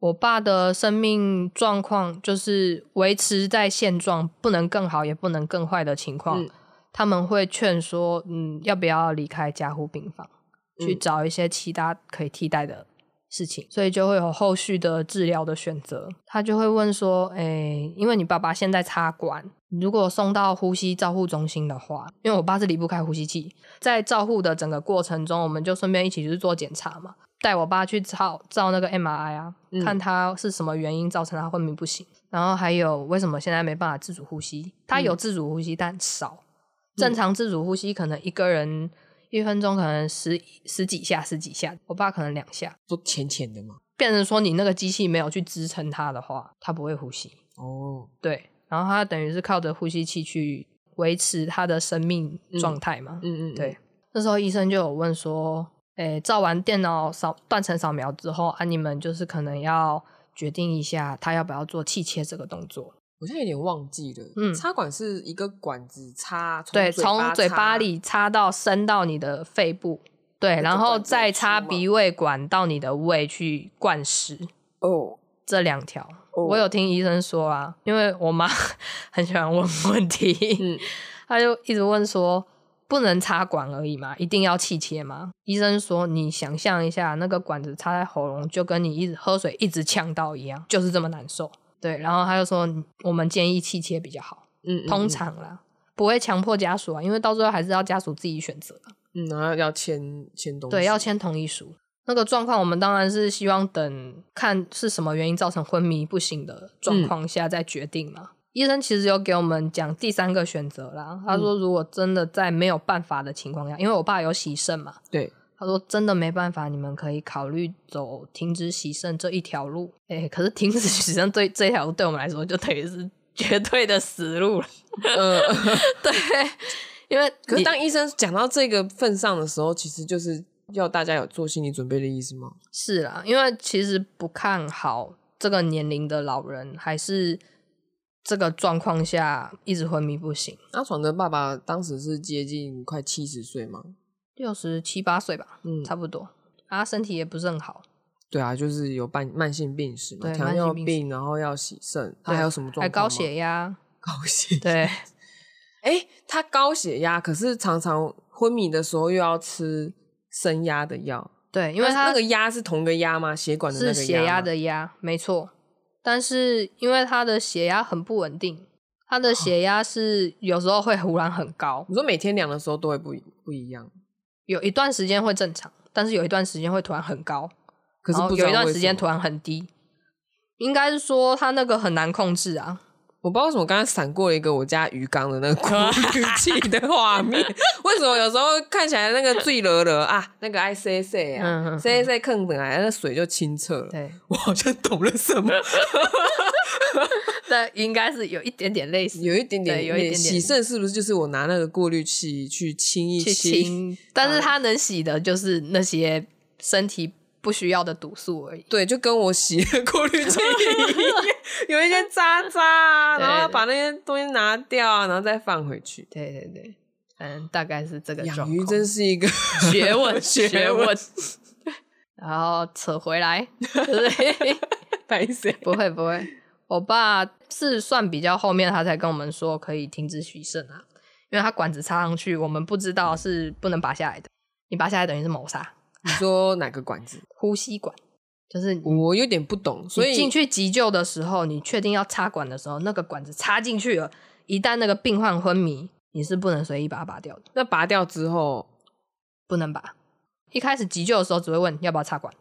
S1: 我爸的生命状况就是维持在现状，不能更好，也不能更坏的情况，
S2: 嗯
S1: 他们会劝说，嗯，要不要离开加护病房，去
S2: 嗯
S1: 找一些其他可以替代的事情，所以就会有后续的治疗的选择。他就会问说，诶、因为你爸爸现在插管，如果送到呼吸照护中心的话，因为我爸是离不开呼吸器，在照护的整个过程中，我们就顺便一起去做检查嘛，带我爸去照照那个 MRI 啊，
S2: 嗯
S1: 看他是什么原因造成他昏迷不醒，然后还有为什么现在没办法自主呼吸，他有自主呼吸但少，正常自主呼吸可能一个人一分钟可能十十几下十几下，我爸可能两下，
S2: 都浅浅的嘛。
S1: 变成说你那个机器没有去支撑他的话，他不会呼吸。
S2: 哦，
S1: 对，然后他等于是靠着呼吸器去维持他的生命状态嘛。
S2: 嗯嗯，嗯
S1: 对，，那时候医生就有问说，诶，照完电脑扫断层扫描之后啊，你们就是可能要决定一下他要不要做气切这个动作。
S2: 我现在有点忘记了。
S1: 嗯
S2: 插管是一个管子插，
S1: 对，从嘴
S2: 插
S1: 巴，里插到伸到你的肺部，对，
S2: 个
S1: 然后
S2: 管子
S1: 再
S2: 有出
S1: 插
S2: 吗
S1: 鼻胃管到你的胃去灌食。
S2: 哦，
S1: 这两条，
S2: 哦
S1: 我有听医生说啊，因为我妈 很喜欢问问题，
S2: 嗯
S1: 她就一直问说，不能插管而已嘛，一定要气切吗？医生说，你想象一下，那个管子插在喉咙，就跟你一直喝水一直呛到一样，就是这么难受。对，然后他就说，我们建议气切比较好，
S2: 嗯，嗯
S1: 通，常啦，不会强迫家属啊，因为到最后还是要家属自己选择。
S2: 嗯，然后要签签东西，
S1: 对，要签同意书。那个状况，我们当然是希望等看是什么原因造成昏迷不醒的状
S2: 嗯
S1: 况下再决定嘛。医生其实有给我们讲第三个选择啦，
S2: 嗯
S1: 他说如果真的在没有办法的情况下，因为我爸有洗肾嘛，
S2: 对，
S1: 他说真的没办法，你们可以考虑走停止洗肾这一条路。哎、可是停止洗肾对这条路对我们来说就等于是绝对的死路了，
S2: 呃，
S1: 对，因为
S2: 可
S1: 你
S2: 是当医生讲到这个份上的时候，其实就是要大家有做心理准备的意思吗？
S1: 是啦，因为其实不看好这个年龄的老人，还是这个状况下一直昏迷不醒，
S2: 阿爽的爸爸当时是接近快七十岁嘛，
S1: 六十七八岁吧，
S2: 嗯，
S1: 差不多。啊，身体也不是很好，
S2: 对啊，就是有慢慢性病史嘛，
S1: 对
S2: 糖
S1: 慢
S2: 尿
S1: 性病
S2: 病，然后要洗肾，他
S1: 对
S2: 还有什么状况吗？
S1: 还高血压，
S2: 高血，
S1: 对，
S2: 哎、他高血压，可是常常昏迷的时候又要吃升压的药，
S1: 对，因为
S2: 那
S1: 他
S2: 那个压是同个压吗？血管的那
S1: 是
S2: 个
S1: 血
S2: 压
S1: 压
S2: 吗
S1: 的压，没错。但是因为他的血压很不稳定，他
S2: 哦
S1: 的血压是有时候会忽然很高，
S2: 你说每天量的时候都会不一不一样，
S1: 有一段时间会正常，但是有一段时间会突然很高，
S2: 可是
S1: 然后
S2: 不知
S1: 哦有
S2: 道
S1: 一段
S2: 为
S1: 时
S2: 什
S1: 间
S2: 么
S1: 突然很低，应该是说他那个很难控制啊。
S2: 我不知道为什么刚刚闪过了一个我家鱼缸的那个鼓鼓气的画面，为什么有时候看起来那个醉了了啊，那个 I C C
S1: 嗯嗯
S2: 啊
S1: 嗯
S2: ，C C 坑本来那水就清澈了，
S1: 对，
S2: 我好像懂了什 么，
S1: 但应该是有一点点类似，
S2: 有一点点
S1: 对有一点点
S2: 洗肾是不是就是我拿那个过滤器去清一
S1: 去清，但是他能洗的就是那些身体不需要的毒素而已。
S2: 对，就跟我洗的过滤 器一样，有一些渣渣啊，
S1: 对
S2: 然后要把那些东西拿掉啊，然后再放回去。
S1: 对对对，嗯，大概是这个状
S2: 养鱼
S1: 况。
S2: 真是一个
S1: 学问， 学
S2: 学问
S1: 问。然后扯回来，对
S2: 白色，
S1: 不会不会，我爸是算比较后面，他才跟我们说可以停止洗肾啊，因为他管子插上去，我们不知道是不能拔下来的，你拔下来等于是谋杀。
S2: 你说哪个管子？
S1: 呼吸管就是你
S2: 我有点不懂，所以
S1: 你进去急救的时候，你确定要插管的时候，那个管子插进去了，一旦那个病患昏迷，你是不能随意把它拔掉的，
S2: 那拔掉之后
S1: 不能拔。一开始急救的时候只会问要不要插管，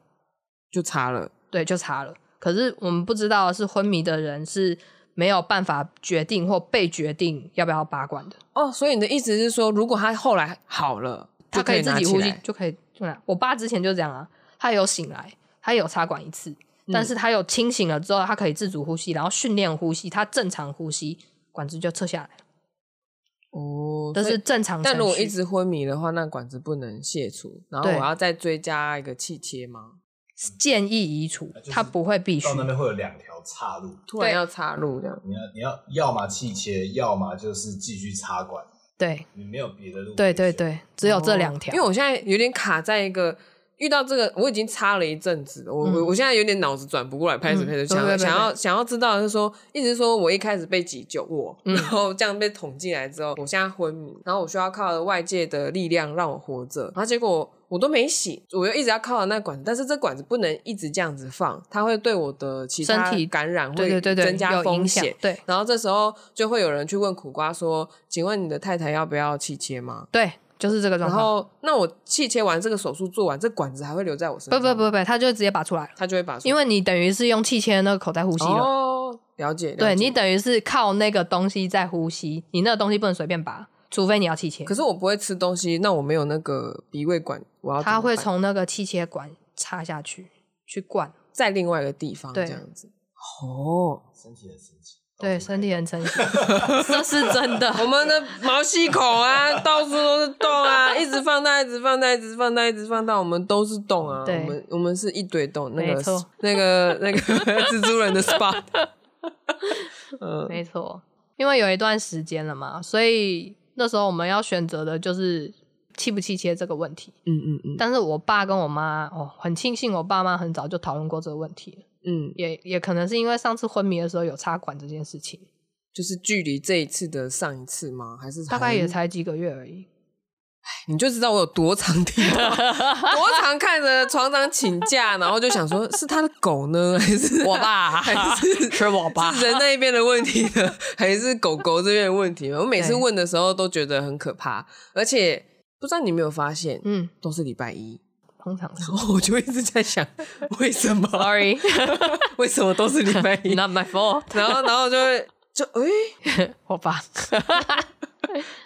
S2: 就插了，
S1: 对，就插了。可是我们不知道的是昏迷的人是没有办法决定或被决定要不要拔管的，
S2: 哦，所以你的意思是说，如果他后来好了，
S1: 他
S2: 就可
S1: 以自
S2: 拿
S1: 己
S2: 起
S1: 呼吸
S2: 来，
S1: 就可以就拿。我爸之前就这样啊，他有醒来，他有插管一次，
S2: 嗯
S1: 但是他有清醒了之后，他可以自主呼吸，然后训练呼吸，他正常呼吸，管子就撤下来了，
S2: 哦，
S1: 这
S2: 所以
S1: 是。正常程序。
S2: 但如果一直昏迷的话，那管子不能卸除，然后我
S1: 对
S2: 要再追加一个气贴吗？
S1: 建议移除
S3: 那就，是
S1: 他不会必须
S3: 到。那边会有两条岔路，
S2: 突然
S1: 对
S2: 要插入这样，
S3: 你要你要要么气切，要么就是继续插管，
S1: 对
S3: 你没有别的路可以选。
S1: 对对对，只有这两
S2: 哦
S1: 条。
S2: 因为我现在有点卡在一个遇到这个，我已经擦了一阵子了，我我、我现在有点脑子转不过来，拍谁
S1: 嗯
S2: 拍
S1: 对
S2: 谁，想
S1: 对
S2: 要
S1: 对
S2: 想
S1: 对
S2: 要想要知道的是说，一直说我一开始被挤酒窝，
S1: 嗯
S2: 然后这样被捅进来之后，我现在昏迷，然后我需要靠外界的力量让我活着，然后结果。我都没洗，我又一直要靠着那管子，但是这管子不能一直这样子放，它会对我的其他
S1: 身体
S2: 感染
S1: 对
S2: 会
S1: 对对对，
S2: 增加
S1: 有
S2: 风
S1: 影响
S2: 险。，
S1: 对
S2: 然后这时候就会有人去问苦瓜说：“请问你的太太要不要气切吗
S1: 对，就是这个？”状
S2: 然
S1: 况。
S2: 后，那我气切完这个手术做完，这管子还会留在我身
S1: 不
S2: 上？
S1: 不不，不，他就直接拔出来了，
S2: 他就会把
S1: 因为你等于是用气切的那个口在呼吸了。
S2: 哦，了解，了
S1: 对
S2: 解
S1: 你。等于是靠那个东西在呼吸，你那个东西不能随便拔，除非你要气切
S2: 可。是我不会吃东西，那我没有那个鼻胃管，我要怎
S1: 它
S2: 么
S1: 会
S2: 办哦
S1: 从那个气切管插下去去灌，
S2: 在另外一个地方这
S1: 对
S2: 样子。哦，
S4: 身体很神奇，
S1: 对身体很诚 实， 这是真的。
S2: 我们的毛细 孔啊，到处都是洞啊，一直放大，一直放大，一直放大，一直放大，我们都是洞啊。
S1: 对
S2: 我们我们是一堆洞，那
S1: 没
S2: 个
S1: 错
S2: 那个 那个蜘蛛人的 spot。嗯，
S1: 没错，因为有一段时间了嘛，所以那时候我们要选择的就是气不气切这个问题。
S2: 嗯嗯嗯
S1: 但是我爸跟我妈哦，很庆幸我爸妈很早就讨论过这个问题了，
S2: 嗯，
S1: 也也可能是因为上次昏迷的时候有插管这件事情，
S2: 就是距离这一次的上一次吗？还是
S1: 大概也
S2: 很，
S1: 才几个月而已。
S2: 你就知道我有多常听到，多常看着床长请假，然后就想说，是他的狗呢，还是
S1: 我爸
S2: 还是
S1: 是我爸
S2: 是人那一边的问题呢，还是狗狗这边的问题呢？我每次
S1: 对
S2: 问的时候都觉得很可怕，而且不知道你有没有发现，
S1: 嗯，
S2: 都是礼拜一，
S1: 通常 是。
S2: 然后我就一直在想，为什么？
S1: Sorry,
S2: 为什么都是礼 拜 一？
S1: not my fault。
S2: 然后，然后就会就诶、
S1: 我 爸，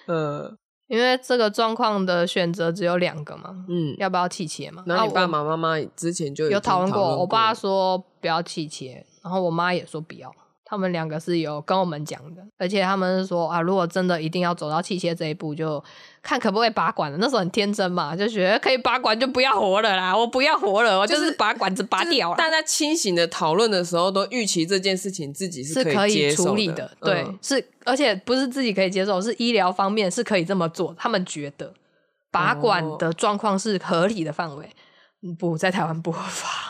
S2: 呃，
S1: 因为这个状况的选择只有两个嘛，
S2: 嗯，
S1: 要不要气切嘛？
S2: 然后
S1: 啊
S2: 你爸
S1: 我
S2: 爸妈妈之前就
S1: 有讨论
S2: 论
S1: 过，我爸说不要气切，然后我妈也说不要。他们两个是有跟我们讲的，而且他们是说啊，如果真的一定要走到气切这一步，就看可不可以拔管了。那时候很天真嘛，就觉得可以拔管就不要活了啦，我不要活了，我哦就
S2: 就是
S1: 是把管子拔
S2: 就是
S1: 掉了。
S2: 大家清醒的讨论的时候，都预期这件事情自己
S1: 是
S2: 可
S1: 可以
S2: 接受
S1: 处理的，对，
S2: 嗯
S1: 是而且不是自己可以接受，是医疗方面是可以这么做，他们觉得拔
S2: 哦
S1: 管的状况是合理的范围，嗯不在台湾不合法，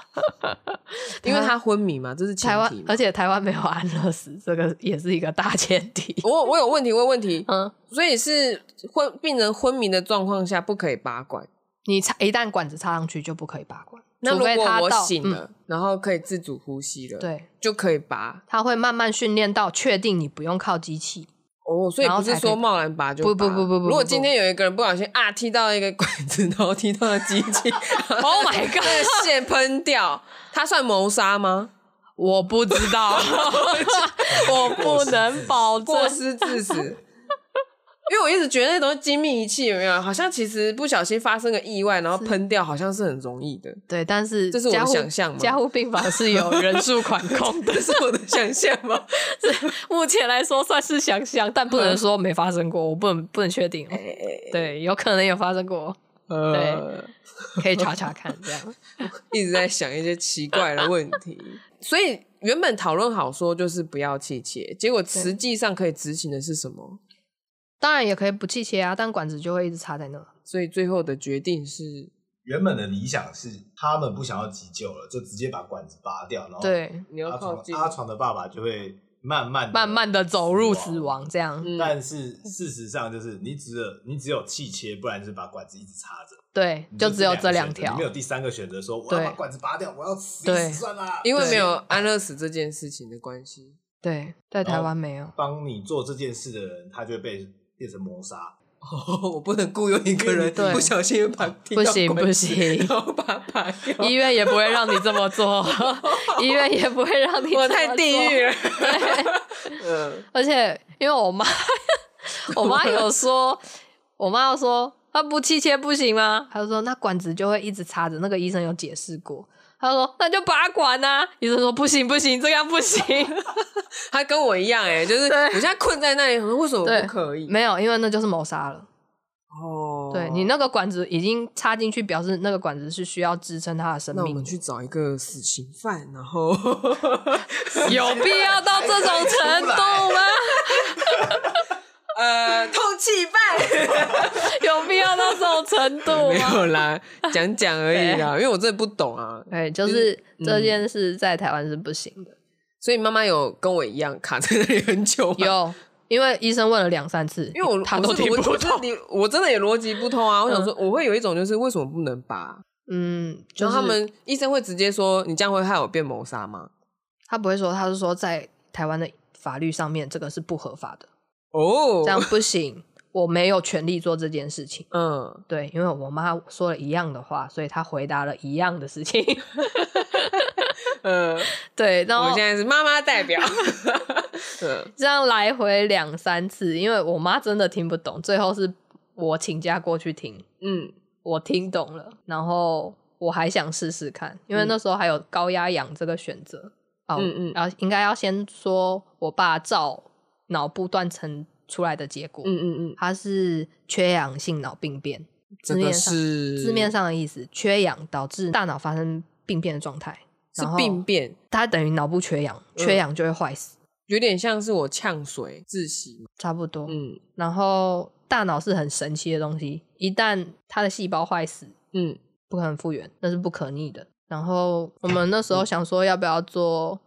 S2: 因为他昏迷嘛，这是前
S1: 台湾
S2: 提嘛。
S1: 而且台湾没有安乐死，这个也是一个大 前提。
S2: 我我有问题，我有问题，
S1: 嗯，
S2: 所以是昏病人昏迷的状况下不可以拔管。
S1: 你插一旦管子插上去就不可以拔管，
S2: 那
S1: 除
S2: 如果
S1: 非他
S2: 我
S1: 到
S2: 醒
S1: 嗯
S2: 了，然后可以自主呼吸了，，
S1: 对，
S2: 就可以拔。
S1: 他会慢慢训练到确定你不用靠机器，
S2: 哦，所以
S1: 然后
S2: 不是
S1: 才可以
S2: 说
S1: 拔
S2: 贸然拔就
S1: 不不
S2: 拔
S1: 不不不
S2: 如果
S1: 不
S2: 今天有一个人不小心啊踢到一个管子，然后 踢到了机器
S1: Oh my god
S2: 那个血喷掉，他算谋杀吗？
S1: 我不知 道，我不能保证
S2: 过失致死。因为我一直觉得那东西精密仪器有没有，好像其实不小心发生个意外，然后喷掉，好像是很容易的。
S1: 对，但是
S2: 这是我的
S1: 加护
S2: 想象吗
S1: 加护病房是有人数管 控的，
S2: 这是我的想象吗？
S1: 目前来说算是想象，但不能说没发生过，我不能不能确定。对，有可能有发生过，
S2: 呃，
S1: 可以查查看这样。
S2: 一直在想一些奇怪的问题，所以原本讨论好说就是不要气切，结果实际上可以执行的是什么？
S1: 当然也可以不气切啊，但管子就会一直插在那。
S2: 所以最后的决定是，
S4: 原本的理想是他们不想要急救了，就直接把管子拔掉，然后
S1: 对，
S2: 你要
S4: 阿
S2: 靠
S4: 床
S2: 近嗯
S4: 阿床的爸爸就会慢慢地
S1: 慢慢的走入死亡。这样。
S2: 嗯
S4: 但是事实上就是你只有你只有气切，不然就是把管子一直插着，
S1: 对，
S4: 你
S1: 就只有
S4: 这
S1: 这
S4: 两
S1: 两
S4: 个选择
S1: 条
S4: 你没。有第三个选择说我要
S1: 对
S4: 把管子拔掉，我要死
S1: 对
S4: 一死算啦。
S2: 因为没有
S4: 对
S2: 安乐死这件事情的关系，
S1: 对，在台湾没 有。
S4: 帮你做这件事的人，他就会被变成谋杀。
S2: 我不能雇佣一个人
S1: 对
S2: 不小心把踢到
S1: 不行
S2: 管子
S1: 不行
S2: 然后把它拔掉，
S1: 医院也不会让你这么做，医院也不会让你。
S2: 我太地狱。了。嗯，
S1: 而且因为我妈， 我妈有说，我妈有说，那不气切不行吗？她就说那管子就会一直插着，那个医生有解释过。她说：“那就拔管啊！”医生说：“不行，不行，这样不行。
S2: 他跟我一样哎、就是
S1: 对
S2: 我现在困在那里，为什么
S1: 对
S2: 不可”以？
S1: 没有，因为那就是谋杀了。
S2: 哦，
S1: 对你那个管子已经插进去，表示那个管子是需要支撑他的生
S2: 那我
S1: 命的
S2: 们。去找一个死刑犯，然后
S1: 有必要到这种程度吗？
S2: 呃，通气办
S1: 有必要到这种程度
S2: 没
S1: 吗？
S2: 有啦，讲讲而已啦，因为我真的不懂啊，
S1: 哎，就是这件事在台湾是不行的。
S2: 所以妈妈有跟我一样卡在那里很 久吗，
S1: 有，因为医生问了两三次，
S2: 因为我
S1: 他都
S2: 我是
S1: 听不
S2: 逻辑
S1: 懂。
S2: 我是理我真的也逻辑不通啊。我想说，我会有一种就是为什么不能拔？
S1: 嗯，就
S2: 然
S1: 是
S2: 后他们医生会直接说你这样会害我变谋杀吗？
S1: 他不会说，他是说在台湾的法律上面这个是不合法的，
S2: 哦
S1: 这，样不行，我没有权利做这件事情。
S2: 嗯，
S1: 对，因为我妈说了一样的话，所以她回答了一样的事情。
S2: 呃，
S1: 对，然
S2: 我
S1: 后
S2: 现在是妈妈代表，嗯，
S1: 这样来回两三次，因为我妈真的听不懂，最后是我请假过去听，
S2: 嗯，
S1: 我听懂了，然后我还想试试看，因为那时候还有高压氧这个选择。哦，
S2: 嗯嗯
S1: 然后应该要先说我爸照脑部断层出来的结果，
S2: 嗯嗯嗯，
S1: 他是缺氧性脑病变，
S2: 这
S1: 字
S2: 个
S1: 面上
S2: 是
S1: 字面上的意思，缺氧导致大脑发生病变的状态，
S2: 是
S1: 然后
S2: 病变，嗯
S1: 它等于脑部缺氧，缺氧就会坏死，
S2: 有点像是我呛水窒息，
S1: 差不多。
S2: 嗯
S1: 然后大脑是很神奇的东西，一旦它的细胞坏死，
S2: 嗯，
S1: 不可能复原，那是不可逆的。然后 我们那时候想说，要不要做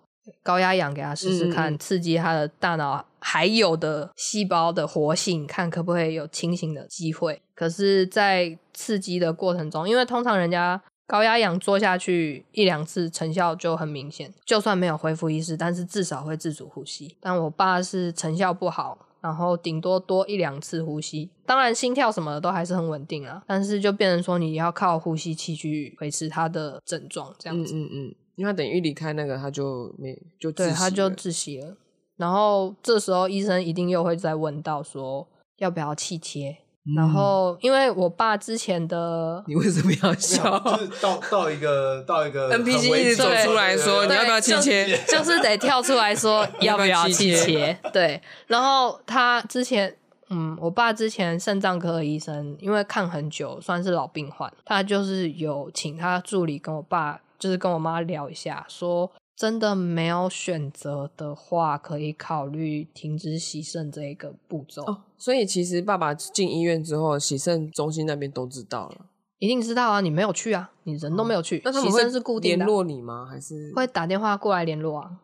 S1: 高压氧给他试试看，
S2: 嗯嗯嗯
S1: 刺激他的大脑还有的细胞的活性，看可不可以有清醒的机会。可是，在刺激的过程中，因为通常人家高压氧做下去一两次，成效就很明显，就算没有恢复意识，但是至少会自主呼吸。但我爸是成效不好。然后顶多多一两次呼吸，当然心跳什么的都还是很稳定啊，但是就变成说你要靠呼吸器去维持他的症状这样
S2: 嗯
S1: 子。
S2: 嗯嗯，因为他等于一离开那个，他就没就
S1: 对，
S2: 窒息
S1: 他就
S2: 了
S1: 窒息了。然后这时候医生一定又会再问到说要不要气切。
S2: 嗯
S1: 然后因为我爸之前的
S2: 你为什么要
S4: 没有
S2: 笑？
S4: 就是到到一个到一个
S2: NPC
S4: 很危
S2: 一直
S4: 机
S1: 走
S4: 的
S1: 出
S2: 来说
S4: 对
S2: 哦你
S4: 对
S2: 要不要气切
S1: 就就是得跳出来说要不要气
S2: 要不
S1: 切。对，然后他之前。嗯，我爸之前肾脏科的医生，因为看很久，算是老病患，他就是有请他助理跟我爸，就是跟我妈聊一下，说真的没有选择的话，可以考虑停止洗肾这一个步骤。
S2: 哦，所以其实爸爸进医院之后，洗肾中心那边都知道了。
S1: 一定知道啊，你没有去啊，你人都没有去，
S2: 哦那他
S1: 洗
S2: 们会
S1: 肾是固定
S2: 联
S1: 的啊，
S2: 络你吗？还是
S1: 会打电话过来联络啊。
S2: 哦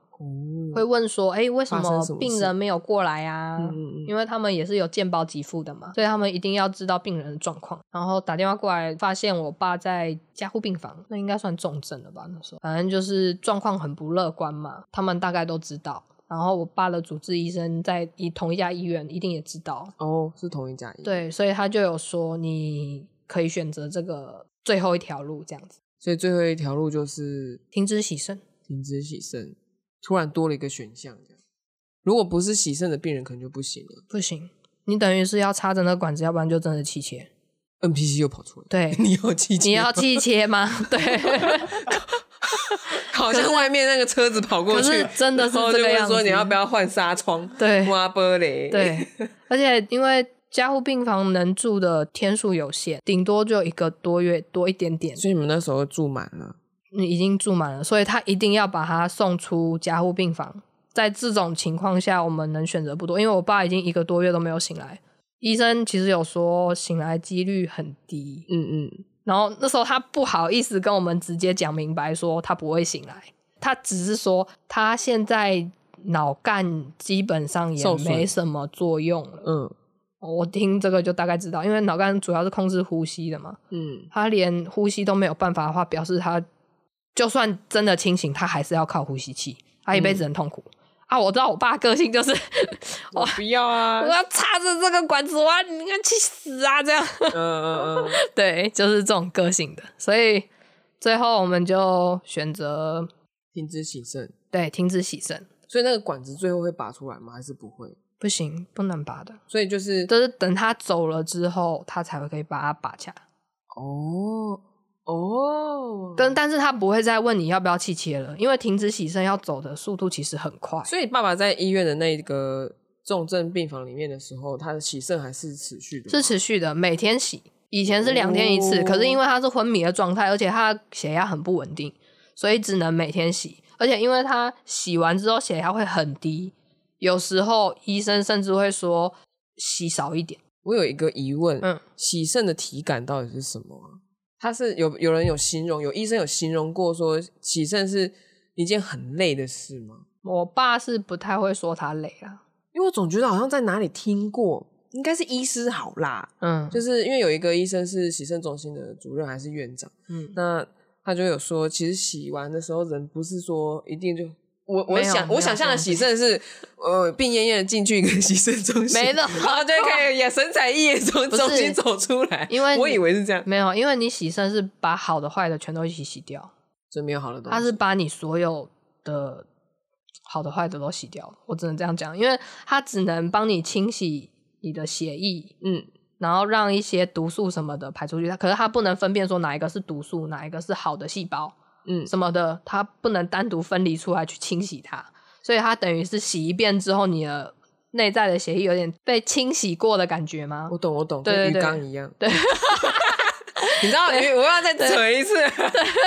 S1: 会问说，哎、为什
S2: 发生
S1: 么
S2: 什么
S1: 病
S2: 事
S1: 人没有过来啊？
S2: 嗯嗯嗯
S1: 因为他们也是有健保给付的嘛，所以他们一定要知道病人的状况，然后打电话过来，发现我爸在加护病房，那应该算重症了吧？那时候反正就是状况很不乐观嘛，他们大概都知道。然后我爸的主治医生在一同一家医院，一定也知道，
S2: 哦，是同一家医院，
S1: 对，所以他就有说你可以选择这个最后一条路，这样子
S2: 所以最后一条路就是
S1: 停止洗肾。
S2: 停止洗肾，突然多了一个选项这样。如果不是洗肾的病人，可能就不行了。
S1: 不行，你等于是要插着那个管子，要不然就真的气切。
S2: NPC 又跑出来，
S1: 对
S2: 你要气，
S1: 你要，气切吗？ 对，
S2: 好像外面那个车子跑过
S1: 可
S2: 去
S1: 是，真的是
S2: 然后
S1: 这
S2: 就
S1: 个
S2: 会
S1: 样
S2: 说
S1: 子
S2: 你要不要换纱窗？
S1: 对
S2: 挖玻璃。，
S1: 对，而且因为加护病房能住的天数有限，顶多就一个多月多一点点，
S2: 所以你们那时候住满了。
S1: 你已经住满了，所以他一定要把他送出加护病房。在这种情况下，我们能选择不多，因为我爸已经一个多月都没有醒来。医生其实有说醒来几率很低，
S2: 嗯嗯，
S1: 然后那时候他不好意思跟我们直接讲明白说他不会醒来，他只是说他现在脑干基本上也
S2: 受损
S1: 没什么作用了。
S2: 嗯
S1: 哦我听这个就大概知道，因为脑干主要是控制呼吸的嘛，
S2: 嗯，
S1: 他连呼吸都没有办法的话，表示他就算真的清醒，他还是要靠呼吸器，他一辈子很痛苦、啊！我知道我爸个性就是
S2: 我不要啊
S1: 我要插着这个管子，我要你要去死啊！这样，
S2: 嗯嗯嗯，
S1: 对，就是这种个性的，所以最后我们就选择
S2: 停止洗肾。
S1: 对停止洗肾，
S2: 所以那个管子最后会拔出来吗？还是不会？
S1: 不行，不能拔的，
S2: 所以就是
S1: 就是等他走了之后，他才会可以把它拔下来。
S2: 哦哦，
S1: 但但是他不会再问你要不要气切了，因为停止洗肾要走的速度其实很快，
S2: 所以爸爸在医院的那个重症病房里面的时候，他的洗肾还是持续的吗，
S1: 是持续的，每天洗。以前是两天一次，
S2: 哦
S1: 可是因为他是昏迷的状态，而且他血压很不稳定，所以只能每天洗。而且因为他洗完之后血压会很低，有时候医生甚至会说洗少一点。
S2: 我有一个疑问，
S1: 嗯
S2: 洗肾的体感到底是什么啊、它是有有人有形容，有医生有形容过说洗肾是一件很累的事吗？
S1: 我爸是不太会说他累啊啦，
S2: 因为我总觉得好像在哪里听过，应该是医师好啦，
S1: 嗯，
S2: 就是因为有一个医生是洗肾中心的主任还是院长，
S1: 嗯，
S2: 那他就有说，其实洗完的时候人不是说一定就。我
S1: 没
S2: 我
S1: 有
S2: 想
S1: 没有
S2: 我想象的洗肾是，呃，病恹恹的进去一个 洗肾中心，
S1: 没那么
S2: 然后就可 以也神采奕奕从
S1: 不是
S2: 中心走出来。
S1: 因为
S2: 我
S1: 你
S2: 以为是这样，
S1: 没有，因为你洗肾是把好的坏的全都一起洗掉，
S2: 就没有好的东西。
S1: 他是把你所有的好的坏的都洗掉了。我只能这样讲，因为他只能帮你清洗你的血液，
S2: 嗯，
S1: 然后让一些毒素什么的排出去。它可是它不能分辨说哪一个是毒素，哪一个是好的细胞，
S2: 嗯
S1: 什么的，它不能单独分离出来去清洗它，所以它等于是洗一遍之后，你的内在的血液有点被清洗过的感觉吗
S2: 我？懂我懂，
S1: 对
S2: 跟
S1: 对
S2: 鱼
S1: 对
S2: 缸一样。
S1: 对
S2: 你知道鱼，我要再扯一次。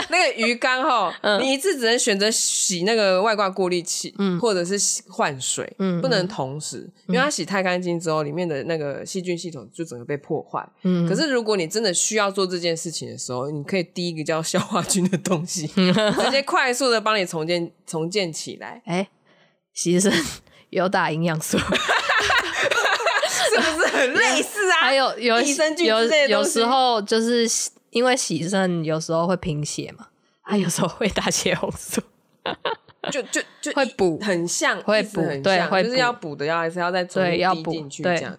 S2: 那个鱼缸哈，你一次只能选择洗那个外挂过滤器，
S1: 嗯
S2: 或者是洗换水，
S1: 嗯
S2: 不能同时，因为它洗太干净之后，里面的那个细菌系统就整个被破坏。
S1: 嗯
S2: 可是如果你真的需要做这件事情的时候，你可以滴一个叫消化菌的东西，
S1: 嗯
S2: 直接快速的帮你重建重建起来，
S1: 哎、洗肾 有打营养素，
S2: 是不是很类似啊？
S1: 还 有有
S2: 益生菌
S1: 有
S2: 之类的
S1: 有
S2: 东西
S1: 时候就是洗因为洗肾有时候会贫血嘛，它有时候会打血红 素。
S2: 就就就
S1: 会
S2: 一
S1: 补
S2: 很像，
S1: 会
S2: 意思
S1: 补
S2: 很
S1: 对
S2: 像
S1: 会
S2: 就是
S1: 补
S2: 要补的，要还是要再重
S1: 对
S2: 新
S1: 要
S2: 滴
S1: 补
S2: 进去
S1: 对
S2: 这样。啊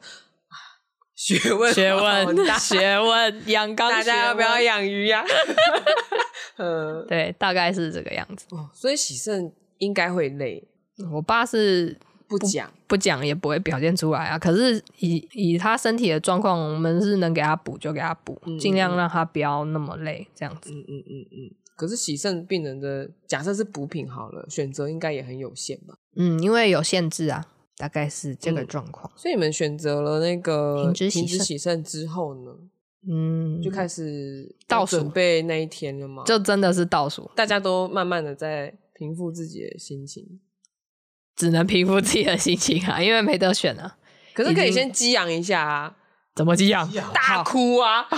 S2: 学问，
S1: 学
S2: 问
S1: 问，学问，阳刚学
S2: 大
S1: 问，
S2: 家要不要养鱼呀、 嗯，
S1: 对，大概是这个样子。
S2: 哦所以喜肾应该会累，
S1: 我爸是
S2: 不讲
S1: 不讲也不会表现出来啊，可是以以他身体的状况，我们是能给他补就给他补，
S2: 嗯
S1: 尽量让他不要那么累，这样子。
S2: 可是喜肾病人的假设是补品好了，选择应该也很有限吧？
S1: 嗯，因为有限制啊，大概是这个
S2: 嗯
S1: 状况。
S2: 所以你们选择了那个
S1: 停止洗肾
S2: 喜肾之后呢，
S1: 嗯，
S2: 就开始
S1: 倒
S2: 要准
S1: 数
S2: 备那一天了吗？
S1: 就真的是倒数，
S2: 大家都慢慢的在平复自己的心情，
S1: 只能平复自己的心情啊，因为没得选啊，
S2: 可是可以
S1: 已经
S2: 先激昂一下啊，
S1: 怎么这样？
S3: 一样
S2: 大哭啊，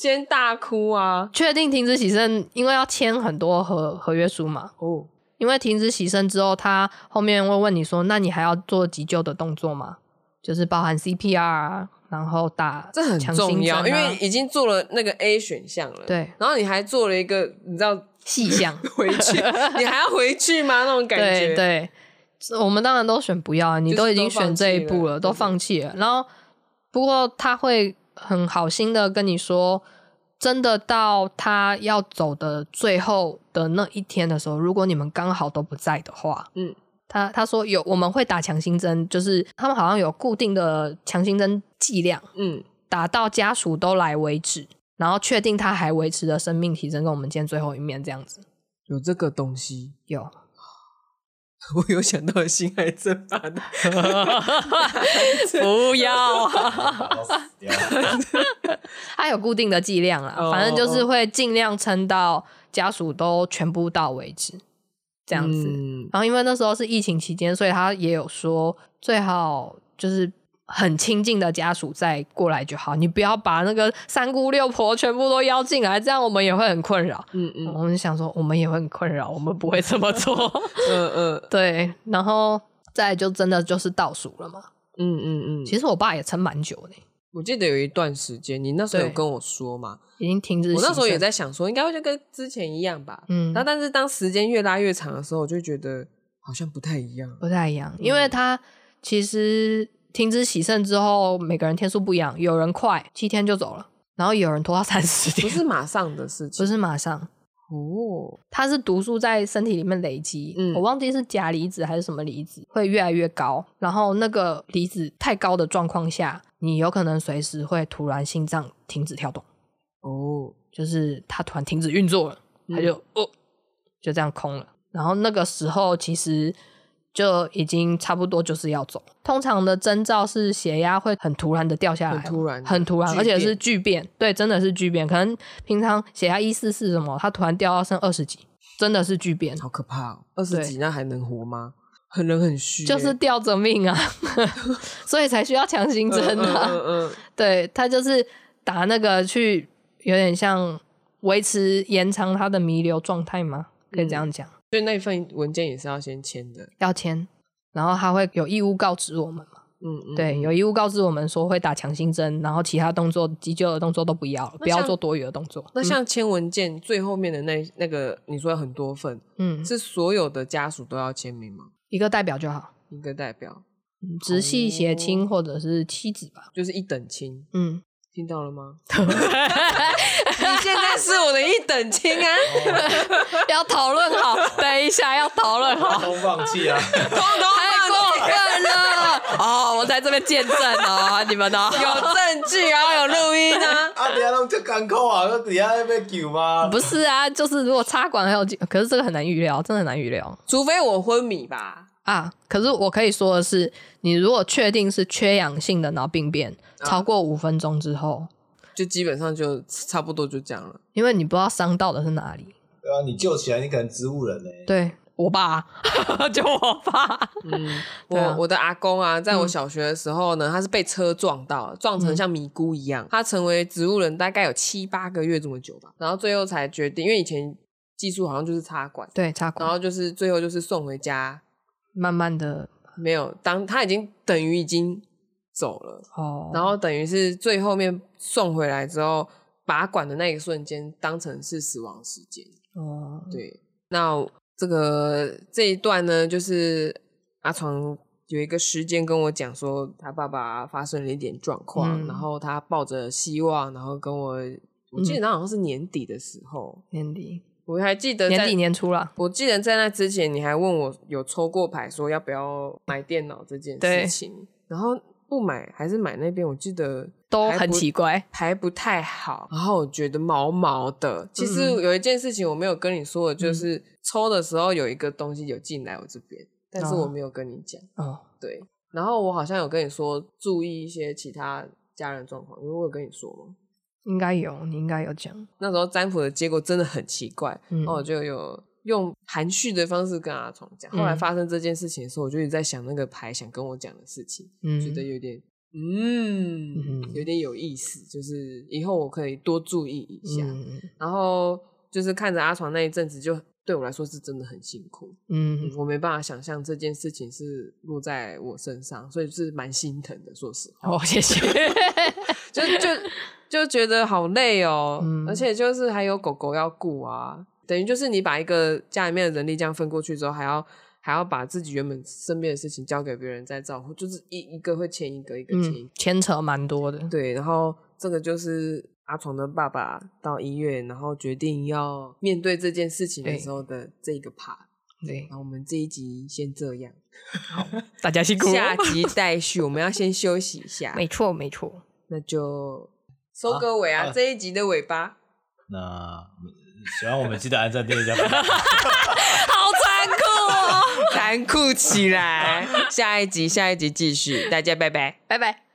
S2: 先大哭啊。
S1: 确定停止洗肾，因为要签很多合合约书嘛，
S2: 哦，
S1: 因为停止洗肾之后，他后面会问你说：“那你还要做急救的动作吗？就是包含 CPR 啊，然后打
S2: 这很
S1: 强
S2: 重
S1: 心针
S2: 要，
S1: 啊
S2: 因为已经做了那个 A 选项了，，
S1: 对
S2: 然后你还做了一个，你知道
S1: 细项，
S2: 回 去，你还要回去吗？那种感
S1: 对
S2: 觉，，
S1: 对，这我们当然都选不要啊，你
S2: 就是
S1: 已经
S2: 都放
S1: 选这一
S2: 弃
S1: 步
S2: 了
S1: 了，都
S2: 对对
S1: 放弃了。然后不过他会很好心的跟你说，真的到他要走的最后的那一天的时候，如果你们刚好都不在的话，
S2: 嗯。
S1: 他他说有我们会打强心针，就是他们好像有固定的强心针剂量，
S2: 嗯，
S1: 打到家属都来为止，然后确定他还维持着生命体征，跟我们见最后一面这样子。
S2: 有这个东西，
S1: 有，
S2: 我有想到心癌 症发的，嗯
S1: 不要，
S2: 啊
S3: 然后死掉
S1: 它有固定的剂量啦，
S2: 哦
S1: 反正就是会尽量撑到家属都全部到为止，这样子。
S2: 嗯
S1: 然后因为那时候是疫情期间，所以他也有说最好就是很亲近的家属再过来就好，你不要把那个三姑六婆全部都邀进来，这样我们也会很困扰。
S2: 嗯嗯
S1: 我们想说，我们也会很困扰，我们不会这么做。
S2: 嗯嗯
S1: 对，然后再来就真的就是倒数了嘛。
S2: 嗯嗯嗯，
S1: 其实我爸也撑蛮久的，
S2: 我记得有一段时间，你那时候有
S1: 对
S2: 跟我说嘛，
S1: 已经停止。
S2: 我那时候也，在想说，应该会就跟之前一样吧。
S1: 嗯
S2: 然后，，但是当时间越拉越长的时候，我就觉得好像不太一样。
S1: 不太一样，因
S2: 嗯
S1: 为他其实停止洗肾之后，每个人天数不一样，有人快七天就走了，然后有人拖到三十
S2: 不
S1: 天，
S2: 是马上的事情
S1: 不是马上，
S2: 哦，
S1: 它是毒素在身体里面累积，
S2: 嗯
S1: 我忘记是钾离子还是什么离子，会越来越高，然后那个离子太高的状况下，你有可能随时会突然心脏停止跳动，
S2: 哦，
S1: 就是它突然停止运作了，
S2: 嗯
S1: 它就、哦就这样空了。然后那个时候其实就已经差不多就是要走。通常的征兆是血压会很突然的掉下来，
S2: 很突然的
S1: 很突然，
S2: 巨
S1: 而且
S2: 变
S1: 是巨变。对，真的是巨变。可能平常血压一四四什么，它突然掉到剩二十几，真的是巨变。
S2: 好可怕哦！二十
S1: 对
S2: 几那还能活吗？很人很虚 欸，
S1: 就是吊着命啊，所以才需要强行针
S2: 嗯
S1: 啊。
S2: 嗯嗯嗯
S1: 对他就是打那个去，有点像维持延长他的弥留状态吗？可以这样讲，
S2: 所以那份文件也是要先签的。
S1: 要签，然后他会有义务告知我们嘛？
S2: 嗯，嗯
S1: 对，有义务告知我们说会打强心针，然后其他动作急救的动作都不要了，
S2: 那
S1: 不要
S2: 像
S1: 做多余的动作。
S2: 那
S1: 嗯
S2: 像签文件最后面的那那个，你说有很多份，
S1: 嗯，
S2: 是所有的家属都要签名吗？
S1: 一个代表就好，
S2: 一个代表
S1: 嗯直系
S2: 哦
S1: 血亲或者是妻子吧。
S2: 就是一等亲，
S1: 嗯，
S2: 听到了吗？ 你现在是我的一等亲啊！
S1: 要讨论好，等一下要讨论好。
S4: 空放弃啊！
S1: 太过分了！哦，我在这边见证哦，你们哦，
S2: 有证据啊，有录音啊，
S4: 啊，底下弄这干扣啊，底下那边救吗？
S1: 不是啊，就是如果插管还有，可是这个很难预料，真的很难预料
S2: 除非我昏迷吧。
S1: 啊。可是我可以说的是，你如果确定是缺氧性的脑病变，
S2: 啊
S1: 超过五分钟之后，
S2: 就基本上就差不多就这样了。
S1: 因为你不知道伤到的是哪里。
S4: 对啊，你救起来，你可能植物人呢、
S1: 对我 爸，就我爸，
S2: 嗯，我、
S1: 对啊
S2: 我的阿公啊，在我小学的时候呢，他是被车撞到，撞
S1: 嗯
S2: 成像迷菇一样，他成为植物人大概有七八个月这么久吧，然后最后才决定，因为以前技术好像就是插管，
S1: 对插
S2: 然
S1: 管，
S2: 后就是最后就是送回家，
S1: 慢慢的
S2: 没有当他已经等于已经走了，
S1: 哦，
S2: 然后等于是最后面送回来之后，拔管的那一瞬间当成是死亡时间。
S1: 哦，
S2: 对，那这个这一段呢，就是阿床有一个时间跟我讲说，他爸爸发生了一点状况，
S1: 嗯嗯
S2: 然后他抱着希望，然后跟我，我记得那好像是年底的时候，
S1: 年底
S2: 我还记得在
S1: 年底年初啦，
S2: 我记得在那之前，你还问我有抽过牌，说要不要买电脑这件
S1: 对
S2: 事情，然后不买还是买那边，我记得
S1: 都
S2: 还
S1: 很
S2: 不
S1: 奇怪。
S2: 还不太好，嗯然后我觉得毛毛的。其实有一件事情我没有跟你说的，就是、抽的时候有一个东西有进来我这边，但是我没有跟你讲。
S1: 哦，
S2: 对，然后我好像有跟你说注意一些其他家人状况，因为我有跟你说嘛。
S1: 应该有，你应该有讲。
S2: 那时候占卜的结果真的很奇怪，
S1: 嗯
S2: 然后我哦就有用含蓄的方式跟阿虫讲。后来
S1: 嗯
S2: 发生这件事情的时候，我就一直在想那个牌想跟我讲的事情，
S1: 嗯，
S2: 觉得有点嗯
S1: 嗯
S2: 有点有意思，就是以后我可以多注意一下。
S1: 嗯
S2: 然后就是看着阿床那一阵子就，对我来说是真的很辛苦，
S1: 嗯，
S2: 我没办法想象这件事情是落在我身上，所以是蛮心疼的。说实话，
S1: 哦，谢 谢。
S2: 就 就就觉得好累哦，
S1: 嗯
S2: 而且就是还有狗狗要顾啊，等于就是你把一个家里面的人力这样分过去之后，还要。还要把自己原本身边的事情交给别人再照顾，就是一一个会牵一个，一个牵一个
S1: 嗯，牵扯蛮多的。
S2: 对，然后这个就是阿床的爸爸到医院，然后决定要面对这件事情的时候的这个 part。
S1: 对
S2: 然，后我们这一集先这 样，
S1: 大家辛苦。
S2: 下集待续，我们要先休息一下，
S1: 没错，没错。
S2: 那就收个尾啊，
S4: 啊
S2: 这一集的尾巴。
S4: 那喜欢我们记得按赞、订阅、加分享。
S2: 好残酷 哦，残酷起来！下一集，下一集继续，大家拜拜。
S1: 拜拜。